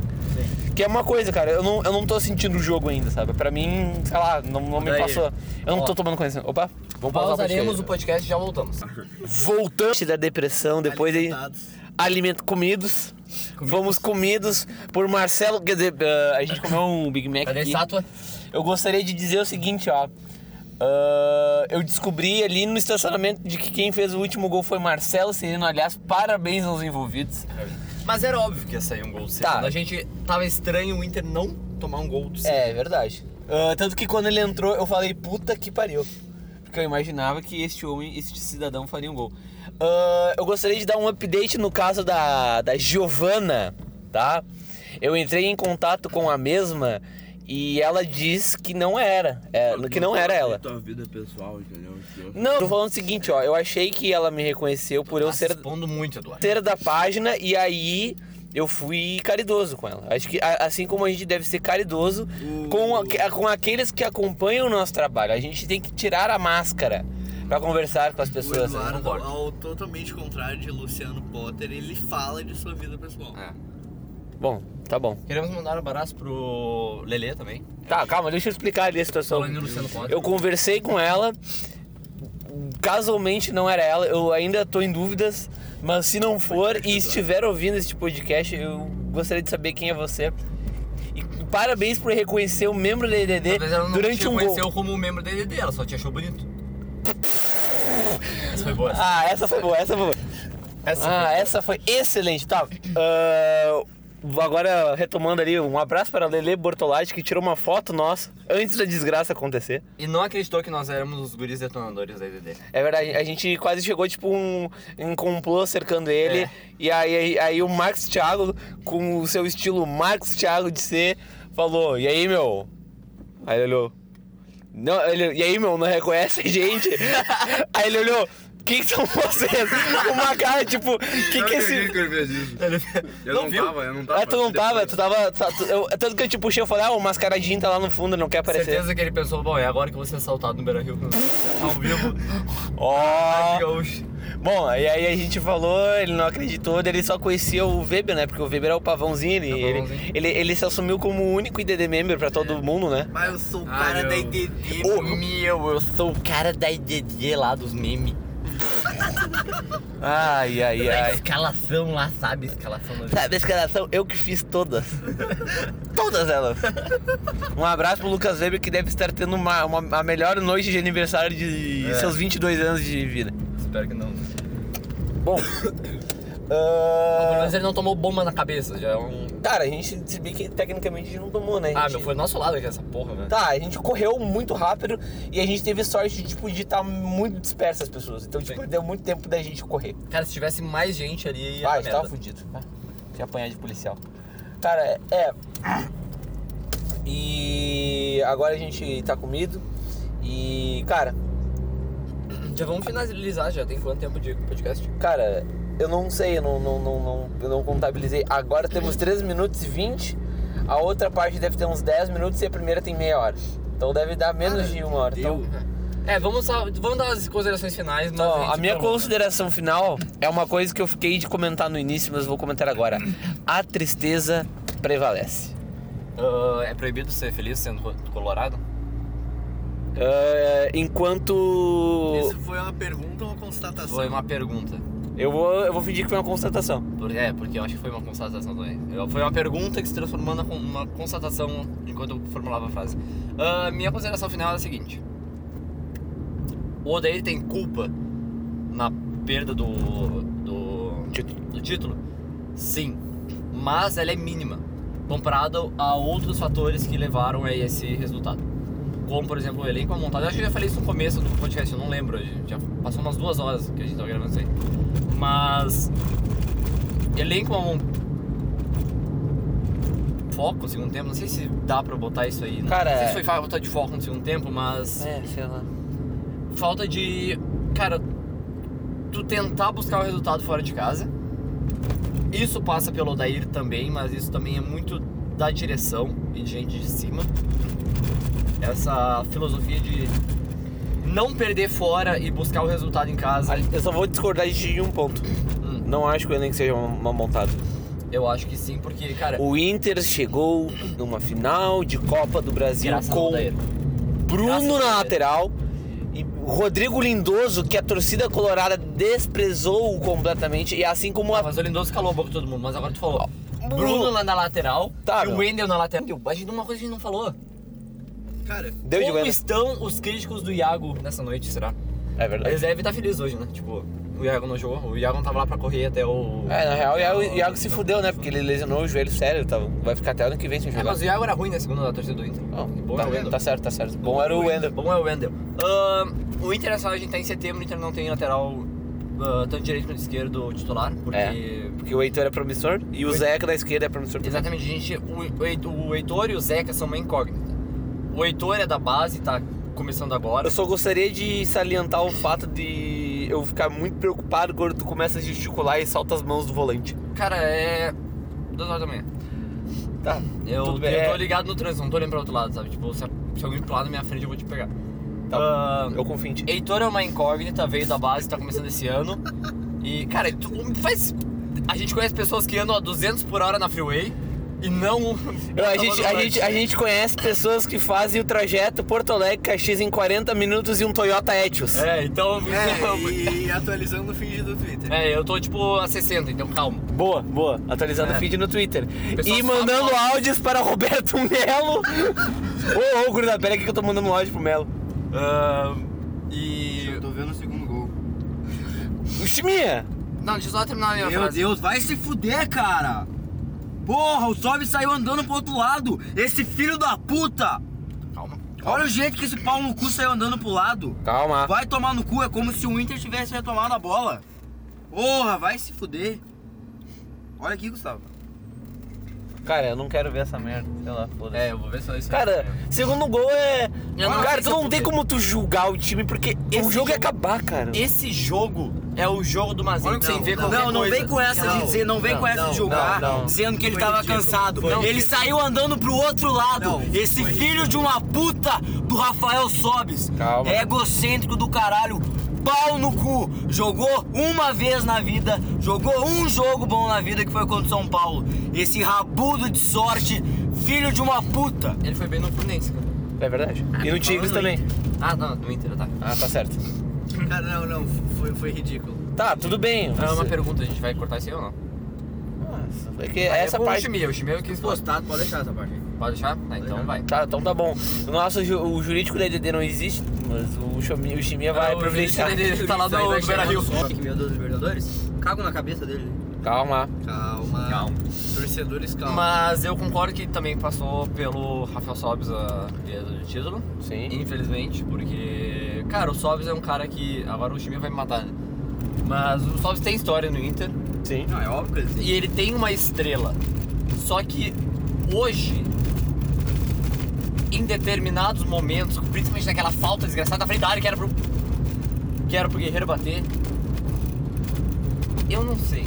Speaker 1: Que é uma coisa, cara, eu não, eu não tô sentindo o jogo ainda, sabe? Pra mim, sei lá, não, não me
Speaker 2: Daí,
Speaker 1: passou. Eu não
Speaker 2: ó.
Speaker 1: tô tomando conhecimento. Opa, vamos pausar o
Speaker 2: Pausaremos
Speaker 1: podcast.
Speaker 2: o podcast e já voltamos.
Speaker 1: Voltamos da depressão, depois aí.
Speaker 6: Alimentados.
Speaker 1: Alimento comidos. Fomos comidos por Marcelo. Quer dizer, eh, a gente comeu um Big Mac.
Speaker 2: Cadê a
Speaker 1: aqui.
Speaker 2: estátua?
Speaker 1: Eu gostaria de dizer o seguinte, ó. Ah, eu descobri ali no estacionamento de que quem fez o último gol foi Marcelo Cirino. Aliás, parabéns aos envolvidos.
Speaker 2: Mas era óbvio que ia sair um gol do Serena. A gente tava estranho o Inter não tomar um gol do Serena.
Speaker 1: Tá. É, é verdade. Ah, tanto que quando ele entrou, eu falei, puta que pariu. Porque eu imaginava que este homem, este cidadão faria um gol. Ah, eu gostaria de dar um update no caso da, da Giovana, tá? Eu entrei em contato com a mesma e ela diz que não era. é, que não era ela.
Speaker 5: Tua vida pessoal, entendeu?
Speaker 1: Não, tô falando o seguinte, ó. Eu achei que ela me reconheceu por eu
Speaker 2: Tá se
Speaker 1: ser
Speaker 2: expondo muito, Eduardo.
Speaker 1: ter da página e aí eu fui caridoso com ela. Acho que a- assim como a gente deve ser caridoso com, aque- com aqueles que acompanham o nosso trabalho, a gente tem que tirar a máscara pra conversar com as
Speaker 6: O
Speaker 1: pessoas. né?
Speaker 6: Eduardo,
Speaker 1: Concordo.
Speaker 6: ao totalmente contrário de Luciano Potter, ele fala de sua vida pessoal.
Speaker 1: Bom, tá bom.
Speaker 2: É. Queremos mandar um abraço pro Lelê também.
Speaker 1: Tá, calma, deixa eu explicar ali a situação.
Speaker 2: Falando em Luciano Potter.
Speaker 1: Eu conversei com ela, casualmente não era ela, eu ainda tô em dúvidas, mas se não for e estiver ouvindo este podcast, eu gostaria de saber quem é você. E parabéns por reconhecer o membro da EDD
Speaker 2: Talvez ela não
Speaker 1: durante
Speaker 2: te
Speaker 1: um gol.
Speaker 2: conheceu como membro da DDD, ela só te achou bonito. Essa foi boa.
Speaker 1: Ah, essa foi boa, essa foi boa.
Speaker 2: Essa
Speaker 1: ah, essa foi excelente. Tá. ah, agora, retomando ali, um abraço para a Lele Bortolatti, que tirou uma foto nossa antes da desgraça acontecer.
Speaker 2: E não acreditou que nós éramos os guris detonadores da DDD.
Speaker 1: É verdade, a gente quase chegou, tipo, um, um complô cercando ele.
Speaker 2: É.
Speaker 1: E aí, aí, aí o Marcos Thiago, com o seu estilo Marcos Thiago de ser, falou: E aí, meu? Aí ele olhou. Não, ele, e aí, meu, não reconhece a
Speaker 2: <laughs>
Speaker 1: gente? aí ele olhou. Quem são vocês? Uma cara, tipo, que que é esse.
Speaker 5: ele fez isso. Eu
Speaker 2: Não
Speaker 5: não,
Speaker 2: viu?
Speaker 5: tava, eu não tava.
Speaker 1: Ah, tu não tava, tu tava. tá- tu- eu- tanto que eu te puxei, eu falei, ah, o mascaradinho tá lá no fundo, não quer aparecer.
Speaker 2: Certeza que ele pensou, bom, é agora que você é assaltado no Beira Rio. <laughs> Ao vivo.
Speaker 1: Ó.
Speaker 2: Gaúcho.
Speaker 1: Bom, e aí a gente falou, ele não acreditou, daí ele só conhecia o Weber, né? Porque o Weber é o pavãozinho, ele,
Speaker 2: o
Speaker 1: ele,
Speaker 2: pavãozinho.
Speaker 1: ele, ele se assumiu como o único IDD member pra todo mundo, né?
Speaker 6: Mas eu sou o
Speaker 2: Ah,
Speaker 6: cara
Speaker 2: eu-
Speaker 6: da IDD.
Speaker 2: Ô meu, eu sou o cara da IDD lá dos memes.
Speaker 1: Ai, ai,
Speaker 2: A
Speaker 1: ai.
Speaker 2: escalação lá, sabe? Escalação do
Speaker 1: Sabe, a escalação eu que fiz todas. Todas elas. Um abraço pro Lucas Weber que deve estar tendo uma, uma- a melhor noite de aniversário
Speaker 2: É.
Speaker 1: de seus 22 anos de vida.
Speaker 2: Espero que não.
Speaker 1: Bom.
Speaker 2: Mas ele não tomou bomba na cabeça, já é um.
Speaker 1: Cara, a gente, se bem que tecnicamente a gente não tomou, né? A
Speaker 2: Ah,
Speaker 1: gente-
Speaker 2: meu, foi do nosso lado aqui essa porra, velho.
Speaker 1: Tá, a gente correu muito rápido e a gente teve sorte tipo, de estar muito dispersa as pessoas. Então, tipo, deu muito tempo da gente correr.
Speaker 2: Cara, se tivesse mais gente ali, ia
Speaker 1: Ah,
Speaker 2: dar
Speaker 1: a gente tava
Speaker 2: merda.
Speaker 1: fudido. né? Tinha apanhar de policial. Cara, é. E agora a gente tá comido. E, cara,
Speaker 2: Já vamos finalizar, já tem quanto tempo de podcast?
Speaker 1: cara, eu não sei, eu não, não, não, não, eu não contabilizei. Agora temos 3 minutos e 20. A outra parte deve ter uns 10 minutos e a primeira tem meia hora. Então deve dar menos de uma hora. Então,
Speaker 2: É, vamos, só- vamos dar as considerações finais. mas
Speaker 1: Ó, a
Speaker 2: gente tá
Speaker 1: minha
Speaker 2: prolonga.
Speaker 1: consideração final é uma coisa que eu fiquei de comentar no início, mas vou comentar agora. A tristeza prevalece.
Speaker 2: Ah, é proibido ser feliz sendo co- colorado?
Speaker 1: É,
Speaker 3: tá-
Speaker 1: enquanto.
Speaker 6: Isso foi uma pergunta ou uma constatação?
Speaker 2: Foi uma pergunta.
Speaker 1: Eu vou, eu vou fingir que foi uma constatação.
Speaker 2: Por- É, porque eu acho que foi uma constatação também. Eu- Foi uma pergunta que se transformou numa con- uma constatação enquanto eu formulava a frase. Ah, minha consideração final é a seguinte: O Odair tem culpa na perda do, do,
Speaker 1: Título.
Speaker 2: do título? Sim, mas ela é mínima comparado a outros fatores que levaram a esse resultado. Como, por exemplo, o elenco a montada. Eu acho que eu já falei isso no começo do podcast, eu não lembro. hoje. Já passou umas duas horas que a gente tava gravando isso aí. Mas elenco é um foco no segundo tempo. Não sei se dá pra botar isso aí. né?
Speaker 1: Cara,
Speaker 2: não sei
Speaker 1: é-
Speaker 2: se foi falta de foco no segundo tempo, mas
Speaker 1: É, sei lá.
Speaker 2: falta de. Cara, tu tentar buscar o resultado fora de casa. Isso passa pelo Odair também, mas isso também é muito da direção e de gente de cima. Essa filosofia de não perder fora e buscar o resultado em casa.
Speaker 1: Eu só vou discordar de ti em um ponto.
Speaker 2: Hum.
Speaker 1: Não acho que o elenco seja uma, uma montada.
Speaker 2: Eu acho que sim, porque, cara,
Speaker 1: O Inter chegou numa final de Copa do Brasil
Speaker 2: graças ao
Speaker 1: com
Speaker 2: Odair. Graças
Speaker 1: Bruno
Speaker 2: ao
Speaker 1: na
Speaker 2: Odair.
Speaker 1: lateral e Rodrigo Lindoso, que a torcida colorada desprezou completamente, e assim como
Speaker 2: Ah,
Speaker 1: a
Speaker 2: mas o Lindoso calou a boca de todo mundo, mas agora tu falou.
Speaker 1: Bruno-
Speaker 2: Bruno lá na lateral
Speaker 1: Tá,
Speaker 2: e o
Speaker 1: meu.
Speaker 2: Wendel na lateral. A gente, uma coisa que a gente não falou.
Speaker 6: Cara,
Speaker 1: Deu de
Speaker 2: Como
Speaker 1: Wendel.
Speaker 2: estão os críticos do Iago nessa noite, será?
Speaker 1: É verdade.
Speaker 2: Eles devem estar felizes hoje, né? Tipo, o Iago não jogou, o Iago não tava lá pra correr até o.
Speaker 1: É, na real, o
Speaker 2: até
Speaker 1: Iago, o Iago se fudeu, né? Porque ele lesionou o joelho sério, tá? vai ficar até ano que vem sem
Speaker 2: É,
Speaker 1: jogar.
Speaker 2: mas o Iago era ruim, né? Segundo a torcida do Inter.
Speaker 1: Não,
Speaker 2: Bom é o
Speaker 1: tá,
Speaker 2: Wendel.
Speaker 1: tá certo, tá certo. Bom era o Wendel.
Speaker 2: Bom é o Wendel. Ahn, o Internacional a gente tá em setembro, o Inter não tem lateral ah, tanto direito quanto esquerdo titular, porque.
Speaker 1: É. Porque o Heitor é promissor e o Zeca da esquerda é promissor. também.
Speaker 2: Exatamente, a gente, o, o Heitor- o Heitor e o Zeca são uma incógnita. O Heitor é da base, tá começando agora.
Speaker 1: Eu só gostaria de salientar o fato de eu ficar muito preocupado quando tu começa a gesticular e solta as mãos do volante.
Speaker 2: Cara, é. Duas horas da manhã.
Speaker 1: Tá,
Speaker 2: Eu,
Speaker 1: tudo bem.
Speaker 2: eu tô
Speaker 1: É,
Speaker 2: ligado no trânsito, não tô olhando pra outro lado, sabe? Tipo, se, se alguém pular na minha frente, eu vou te pegar.
Speaker 1: Tá
Speaker 2: Ah,
Speaker 1: Eu confio em ti.
Speaker 2: Heitor é uma incógnita, veio da base, tá começando esse ano. E, cara, tu faz. A gente conhece pessoas que andam a 200 por hora na freeway e <laughs> não. um.
Speaker 1: Eu-
Speaker 2: Tá
Speaker 1: a, gente, a, gente, a gente conhece pessoas que fazem o trajeto Porto Alegre-Caxias em 40 minutos e um Toyota Etios.
Speaker 2: <laughs> É, então.
Speaker 6: <laughs> é, e atualizando o feed do Twitter.
Speaker 2: É, eu tô tipo a 60, então calma.
Speaker 1: Boa, boa. Atualizando o feed no Twitter.
Speaker 2: É. Pessoal
Speaker 1: E
Speaker 2: sabe
Speaker 1: mandando
Speaker 2: falar.
Speaker 1: áudios para <laughs> Roberto Melo. ô, ô, Gruda, pera aqui que eu tô mandando um áudio pro Melo.
Speaker 2: Ah, e.
Speaker 6: Eu tô vendo o segundo gol.
Speaker 1: Ximia!
Speaker 2: Não, deixa eu só terminar a minha
Speaker 6: Meu
Speaker 2: frase.
Speaker 6: Deus, vai se fuder, cara! Porra, o Sobe saiu andando pro outro lado! Esse filho da puta!
Speaker 2: Calma.
Speaker 6: Olha o jeito que esse pau no cu saiu andando pro lado!
Speaker 1: Calma.
Speaker 6: Vai tomar no cu, é como se o Inter tivesse retomado a bola! Porra, vai se fuder! Olha aqui, Gustavo.
Speaker 1: Cara, eu não quero ver essa merda. Sei lá, foda-se.
Speaker 2: É, eu vou ver só isso. aí.
Speaker 1: Cara, segundo gol é.
Speaker 2: Eu não sei
Speaker 1: cara,
Speaker 2: se
Speaker 1: tu
Speaker 2: eu
Speaker 1: não tem
Speaker 2: poder.
Speaker 1: como tu julgar o time, porque o jogo,
Speaker 2: jogo- é
Speaker 1: ia acabar, cara.
Speaker 2: Esse jogo é o jogo do Mazinho, sem ver qualquer
Speaker 6: não, não
Speaker 2: coisa.
Speaker 6: vem com essa de dizer, não vem com essa de julgar,
Speaker 1: não, não.
Speaker 6: dizendo que ele tava cansado.
Speaker 2: Foi
Speaker 6: ele
Speaker 2: ridículo.
Speaker 6: saiu andando pro outro lado. Esse filho de uma puta do Rafael Sobes. É
Speaker 1: Calma.
Speaker 6: Egocêntrico do caralho. Pau no cu. Jogou uma vez na vida, jogou um jogo bom na vida que foi contra o São Paulo. Esse rabudo de sorte, filho de uma puta.
Speaker 2: Ele foi bem no Fluminense, cara.
Speaker 1: É verdade. E no Tigres
Speaker 2: Ah, falando
Speaker 1: também.
Speaker 2: Ah, não, do Inter, tá.
Speaker 1: Ah, tá certo.
Speaker 6: Cara, não, não, foi, foi ridículo.
Speaker 1: Tá, tudo bem.
Speaker 2: É uma pergunta, a gente vai cortar isso aí ou não?
Speaker 1: É que essa
Speaker 2: é com o
Speaker 1: parte.
Speaker 2: Chimia, o Chimia que expôs.
Speaker 4: Postado, tá, pode deixar essa parte.
Speaker 2: Pode deixar? Tá, então vai.
Speaker 1: Tá, então tá bom. O nosso ju- o jurídico da EDD não existe, mas o Chimia, o Chimia vai
Speaker 2: O
Speaker 1: providenciar.
Speaker 2: Ele ele tá lá
Speaker 4: Aí
Speaker 2: do
Speaker 4: vai
Speaker 2: Beira
Speaker 4: chegar
Speaker 2: Rio.
Speaker 4: no Sonic, Meu Deus, Libertadores? Cago na cabeça dele.
Speaker 1: Calma.
Speaker 7: Calma.
Speaker 2: Calma.
Speaker 7: Torcedores,
Speaker 4: Então-
Speaker 7: calma.
Speaker 2: Mas eu concordo que também passou pelo Rafael Sobis a defesa do título.
Speaker 1: Sim.
Speaker 2: Infelizmente, porque. Cara, o Sobis é um cara que. Agora o Chimia vai me matar, né? Mas o Sobis tem história no Inter.
Speaker 1: Sim.
Speaker 4: Não, é óbvio que ele tem.
Speaker 2: e ele tem uma estrela. Só que hoje, em determinados momentos, principalmente naquela falta desgraçada na frente da área que era pro. que era pro Guerreiro bater. Eu não sei.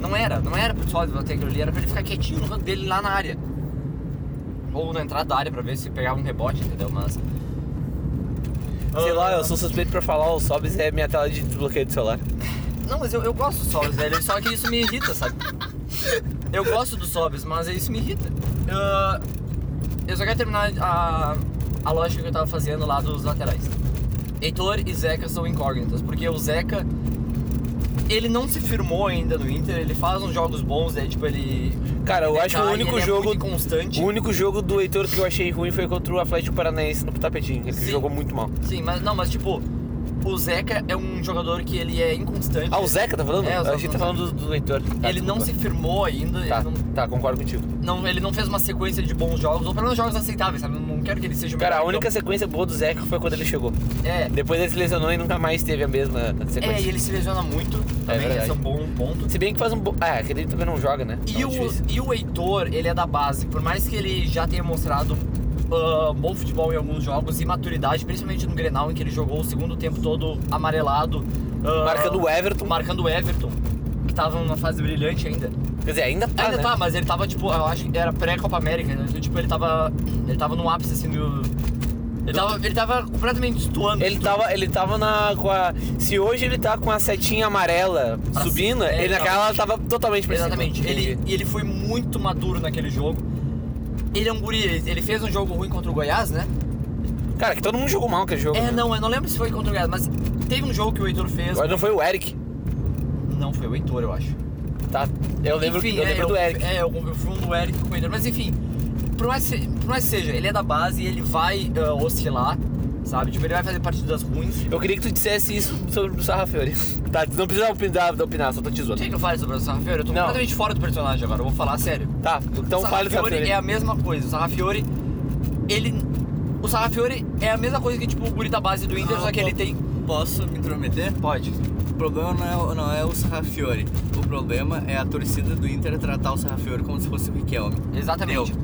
Speaker 2: Não era, não era pro Solid bater aquilo ali, era pra ele ficar quietinho no canto dele lá na área. Ou na entrada da área pra ver se pegava um rebote, entendeu? Mas.
Speaker 1: Sei
Speaker 2: Ah,
Speaker 1: lá, eu sou suspeito pra falar, o Sobs é minha tela de desbloqueio do celular.
Speaker 2: Não, mas eu, eu gosto do Sobs, velho. Só que isso me irrita, sabe? Eu gosto do Sobs, mas isso me irrita. Ah, eu só quero terminar a, a lógica que eu tava fazendo lá dos laterais. Heitor e Zeca são incógnitas, porque o Zeca. Ele não se firmou ainda no Inter, ele faz uns jogos bons, é tipo ele.
Speaker 1: Cara, eu
Speaker 2: ele
Speaker 1: acho que o
Speaker 2: cai,
Speaker 1: único
Speaker 2: ele
Speaker 1: jogo.
Speaker 2: É muito
Speaker 1: O
Speaker 2: constante.
Speaker 1: único jogo do Heitor que eu achei ruim foi contra o Atlético Paranaense no tapetinho. Ele
Speaker 2: Sim.
Speaker 1: jogou muito mal.
Speaker 2: Sim, mas não, mas tipo, o Zeca é um jogador que ele é inconstante.
Speaker 1: Ah, o Zeca tá falando?
Speaker 2: É, o
Speaker 1: eu
Speaker 2: Zeca
Speaker 1: achei que tá
Speaker 2: tá
Speaker 1: falando do, do Heitor. Tá,
Speaker 2: Ele não se
Speaker 1: desculpa.
Speaker 2: firmou ainda,
Speaker 1: Tá,
Speaker 2: ele não
Speaker 1: tá, concordo contigo.
Speaker 2: não, ele não fez uma sequência de bons jogos, ou pelo menos jogos aceitáveis, sabe? Não quero que ele seja o
Speaker 1: Cara, a
Speaker 2: melhor em
Speaker 1: única sequência boa do Zeca foi quando ele chegou.
Speaker 2: campo. É,
Speaker 1: Depois ele se lesionou e nunca mais teve a mesma sequência.
Speaker 2: é, e ele se lesiona muito, também,
Speaker 1: verdade.
Speaker 2: esse é um bom ponto.
Speaker 1: Se bem que faz um bom. Ah, que ele também não joga, né?
Speaker 2: E
Speaker 1: Então,
Speaker 2: o,
Speaker 1: difícil.
Speaker 2: e o Heitor, ele é da base, por mais que ele já tenha mostrado ah, bom futebol em alguns jogos e maturidade, principalmente no Grenal, em que ele jogou o segundo tempo todo amarelado. ah,
Speaker 1: Marca do Everton.
Speaker 2: Marcando o Everton, que tava numa fase brilhante ainda.
Speaker 1: Quer dizer, ainda tá.
Speaker 2: Ainda
Speaker 1: né?
Speaker 2: tá, mas ele tava, tipo, eu acho que era pré-Copa América, né? Então, tipo, ele tava. Ele tava no ápice, assim, do. Ele tava, ele tava completamente tipo, estuando.
Speaker 1: Ele tava, ele tava na. Com a, se hoje ele tá com a setinha amarela
Speaker 2: Pra
Speaker 1: subindo,
Speaker 2: cima, é,
Speaker 1: ele
Speaker 2: ele
Speaker 1: naquela ela tava totalmente pra cima.
Speaker 2: Exatamente. Ele,
Speaker 1: Entendi.
Speaker 2: e ele foi muito maduro naquele jogo. Ele é um guri, ele, ele fez um jogo ruim contra o Goiás, né?
Speaker 1: Cara, que todo mundo jogou mal aquele jogo.
Speaker 2: É,
Speaker 1: né?
Speaker 2: não, eu não lembro se foi contra o Goiás, mas teve um jogo que o Heitor fez.
Speaker 1: Agora não foi o Eric.
Speaker 2: Não, foi o Heitor, eu acho.
Speaker 1: Tá? Eu lembro,
Speaker 2: enfim,
Speaker 1: eu
Speaker 2: é,
Speaker 1: lembro
Speaker 2: eu,
Speaker 1: do Eric.
Speaker 2: É, eu, eu fui um do Eric com ele. Mas enfim, por mais, se- por mais que seja, ele é da base, ele vai ah, oscilar, sabe? Tipo, ele vai fazer partidas ruins.
Speaker 1: Eu queria que tu dissesse isso sobre o Sarra Fiori. <laughs> Tá, tu não precisa opinar, opinar, só tô te
Speaker 2: O
Speaker 1: zoando.
Speaker 2: que, que eu falo sobre o Sarrafiori? Eu tô
Speaker 1: Não.
Speaker 2: completamente fora do personagem agora, eu vou falar sério.
Speaker 1: Tá, então
Speaker 2: o
Speaker 1: fale do Sarra
Speaker 2: Sarrafiori
Speaker 1: Fiori.
Speaker 2: é a mesma coisa. O Sarrafiori, ele. O Sarrafiori é a mesma coisa que tipo o guri da base do Inter,
Speaker 4: Ah,
Speaker 2: só que
Speaker 4: po-
Speaker 2: ele tem.
Speaker 4: Posso me intrometer?
Speaker 2: Pode.
Speaker 4: O problema não é, o- não é o Sarrafiore. O problema é a torcida do Inter tratar o Sarrafiore como se fosse o Riquelme.
Speaker 2: Exatamente.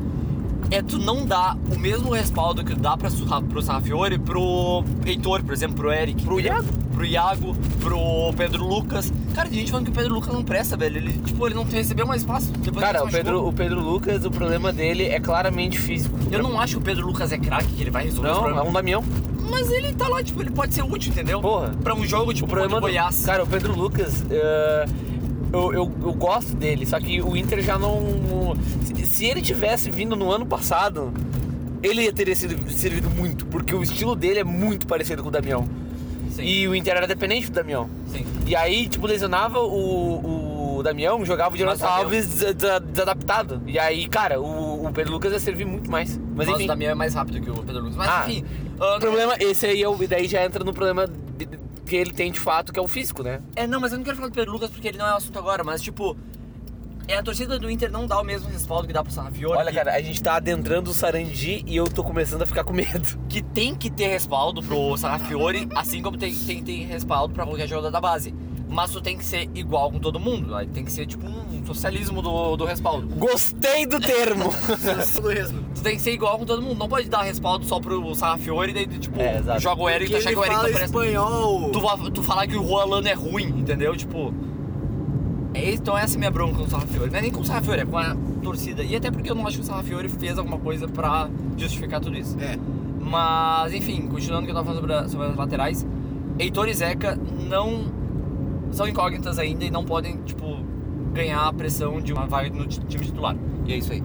Speaker 2: É tu não dá o mesmo respaldo que tu dá pra, Surra- pro Sarrafiori, pro Heitor, por exemplo, pro Eric.
Speaker 1: Pro Iago.
Speaker 2: Pro Iago, pro Pedro Lucas. Cara, tem gente falando que o Pedro Lucas não presta, velho. Ele, tipo, ele não recebeu mais espaço. Depois
Speaker 1: Cara,
Speaker 2: ele
Speaker 1: o
Speaker 2: se machucou.
Speaker 1: Pedro, o Pedro Lucas, o problema dele é claramente físico.
Speaker 2: Eu não acho que o Pedro Lucas é craque, que ele vai resolver os
Speaker 1: Não, é
Speaker 2: problemas.
Speaker 1: um Damião.
Speaker 2: Mas ele tá lá, tipo, ele pode ser útil, entendeu?
Speaker 1: Porra.
Speaker 2: Pra um jogo, tipo,
Speaker 1: O problema
Speaker 2: contra o
Speaker 1: do
Speaker 2: Goiás.
Speaker 1: Cara, o Pedro Lucas, eh, eu, eu, eu gosto dele, só que o Inter já não. Se, se ele tivesse vindo no ano passado, ele ia ter sido, servido muito, porque o estilo dele é muito parecido com o Damião.
Speaker 2: Sim.
Speaker 1: E o Inter era dependente do Damião.
Speaker 2: Sim.
Speaker 1: E aí, tipo, lesionava o, o Damião, jogava o Jonathan
Speaker 2: Mas o Damião-
Speaker 1: Alves desa- desa- desadaptado. E aí, cara, o, o Pedro Lucas ia servir muito mais. Mas
Speaker 2: Mas
Speaker 1: enfim.
Speaker 2: o Damião é mais rápido que o Pedro Lucas. Mas
Speaker 1: Ah,
Speaker 2: enfim.
Speaker 1: O problema, esse aí é o. E daí já entra no problema de- de- que ele tem de fato, que é o físico, né?
Speaker 2: É, não, mas eu não quero falar do Pedro Lucas porque ele não é o assunto agora, mas tipo. É, a torcida do Inter não dá o mesmo respaldo que dá pro Sarrafiori.
Speaker 1: Olha,
Speaker 2: que,
Speaker 1: cara, a gente tá adentrando o Sarandi e eu tô começando a ficar com medo. <laughs>
Speaker 2: Que tem que ter respaldo pro Sarrafiori, assim como tem, tem, tem respaldo pra qualquer jogador da base. Mas tu tem que ser igual com todo mundo. Aí Tem que ser tipo um socialismo do, do respaldo.
Speaker 1: Gostei do termo!
Speaker 2: Tu tem que ser igual com todo mundo. Não pode dar respaldo só pro Sarrafiori, daí tu, tipo,
Speaker 1: É, exato.
Speaker 2: joga o Eric, tu
Speaker 4: Porque
Speaker 2: achar que
Speaker 4: ele
Speaker 2: o Eric
Speaker 4: fala
Speaker 2: não presta.
Speaker 4: espanhol.
Speaker 2: tu, va- tu falar que o Rolando é ruim, entendeu? Tipo. é- Então essa é a minha bronca com o Sarrafiori. Não é nem com o Sarrafiori, é com a torcida. E até porque eu não acho que o Sarrafiori fez alguma coisa pra justificar tudo isso.
Speaker 7: É.
Speaker 2: Mas, enfim, continuando o que eu tava falando sobre, a- sobre as laterais. Heitor e Zeca não são incógnitas ainda e não podem, tipo, ganhar a pressão de uma vaga no ti- time titular. E é isso aí.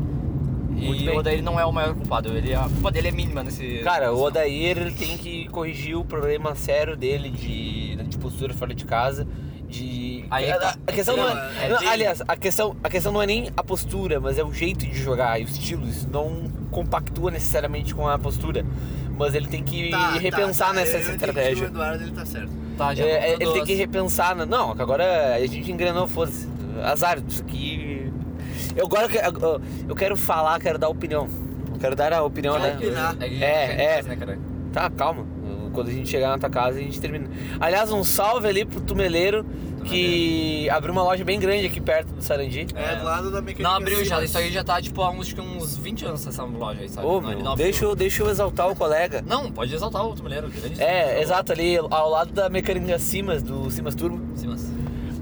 Speaker 2: e
Speaker 1: bem.
Speaker 2: o Odair não é o maior culpado. Ele, a culpa dele é mínima nesse.
Speaker 1: <laughs> Cara, o Odair ele tem que corrigir o problema sério dele de, de postura fora de casa. De.
Speaker 2: Aí é que
Speaker 1: a,
Speaker 2: tá.
Speaker 1: a questão não é.
Speaker 2: Não, é
Speaker 1: não,
Speaker 2: dele.
Speaker 1: aliás, a questão, a questão não é nem a postura, mas é o jeito de jogar e o estilo. Isso não compactua necessariamente com a postura. Mas ele tem que
Speaker 4: Tá, tá,
Speaker 1: repensar
Speaker 4: tá,
Speaker 1: nessa
Speaker 4: eu- eu entendi O
Speaker 1: estratégia.
Speaker 4: Eduardo ele tá certo.
Speaker 2: Tá, já
Speaker 1: É,
Speaker 2: voltou
Speaker 1: é, ele tem
Speaker 2: duas.
Speaker 1: que repensar. na- Não, que agora a gente engrenou, foda-se. Azar, isso aqui. Eu agora que- eu- eu quero falar, quero dar opinião. Eu quero dar a opinião, né?
Speaker 4: opinar.
Speaker 2: É, que-
Speaker 1: É, é.
Speaker 2: Né, cara?
Speaker 1: Tá, calma. Quando a gente chegar na tua casa, a gente termina. Aliás, um salve ali pro Tumeleiro, que abriu uma loja bem grande aqui perto do Sarandi.
Speaker 4: É, do lado da mecânica.
Speaker 2: Não abriu já,
Speaker 4: Simas.
Speaker 2: isso aí já tá tipo há uns, acho que uns 20 anos essa loja aí, sabe?
Speaker 1: Ô,
Speaker 2: Não, ele
Speaker 1: meu,
Speaker 2: não abriu.
Speaker 1: deixa, eu, deixa eu exaltar o colega.
Speaker 2: Não, pode exaltar o outro mulher, grande.
Speaker 1: É, exato, ali ao lado da mecânica Simas, do Simas Turbo.
Speaker 2: Sim, mas-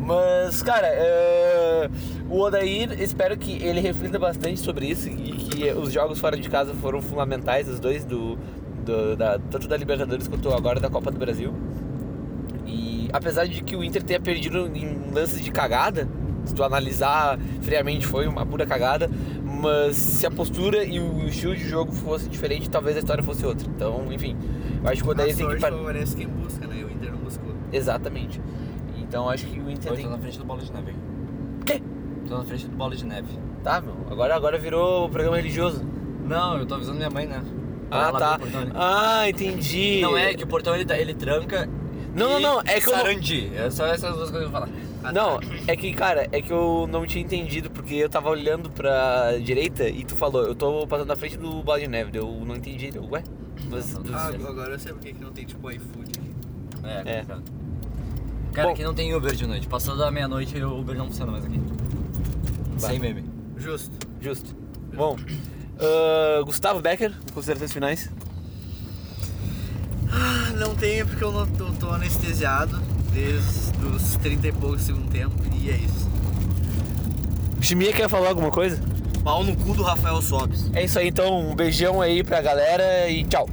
Speaker 1: Mas, cara, é, o Odair, espero que ele reflita bastante sobre isso e que os jogos fora de casa foram fundamentais, os dois, do, do- da, tanto da Libertadores quanto agora da Copa do Brasil. E apesar de que o Inter tenha perdido em lances de cagada, se tu analisar friamente foi uma pura cagada, mas se a postura e o estilo de jogo fosse diferente, talvez a história fosse outra. Então, enfim, eu acho que o
Speaker 4: A
Speaker 1: Odair tem que...
Speaker 4: sorte
Speaker 1: par-
Speaker 4: favorece quem busca, né? O Inter não buscou.
Speaker 1: Exatamente. Então acho que o Inter
Speaker 2: Hoje
Speaker 1: tem
Speaker 2: tô tá na frente do Bola de Neve.
Speaker 1: Quê?
Speaker 2: Tô na frente do Bola de Neve.
Speaker 1: Tá, meu. Agora, agora virou programa religioso.
Speaker 2: Não, eu tô avisando minha mãe, né?
Speaker 1: Ah,
Speaker 2: Ela abriu
Speaker 1: tá.
Speaker 2: o portão ali.
Speaker 1: Ah, entendi.
Speaker 2: Não é que o portão ele, ele tranca.
Speaker 1: Não, não,
Speaker 2: e
Speaker 1: não, é que eu não-
Speaker 2: Sarandi. É só essas duas coisas que eu vou falar. Ah, tá.
Speaker 1: Não, é que, cara, é que eu não tinha entendido, porque eu tava olhando pra direita e tu falou, eu tô passando na frente do Bola de Neve. Eu não entendi. Eu, ué? Mas tudo
Speaker 4: Ah,
Speaker 1: certo.
Speaker 4: agora eu sei porque que não tem tipo iFood.
Speaker 2: É,
Speaker 1: É.
Speaker 2: complicado. Cara,
Speaker 1: Bom.
Speaker 2: aqui não tem Uber de noite. Passou da meia-noite e o Uber não funciona mais aqui.
Speaker 1: Bah.
Speaker 2: Sem meme.
Speaker 4: Justo.
Speaker 1: Justo. Bom, ah, Gustavo Becker, considerações finais.
Speaker 4: Ah, não tenho porque eu não tô, tô anestesiado desde os 30 e poucos do segundo tempo. E é isso.
Speaker 1: Chimia quer falar alguma coisa?
Speaker 8: Pau no cu do Rafael Sobes.
Speaker 1: É isso aí, então. Um beijão aí pra galera e tchau.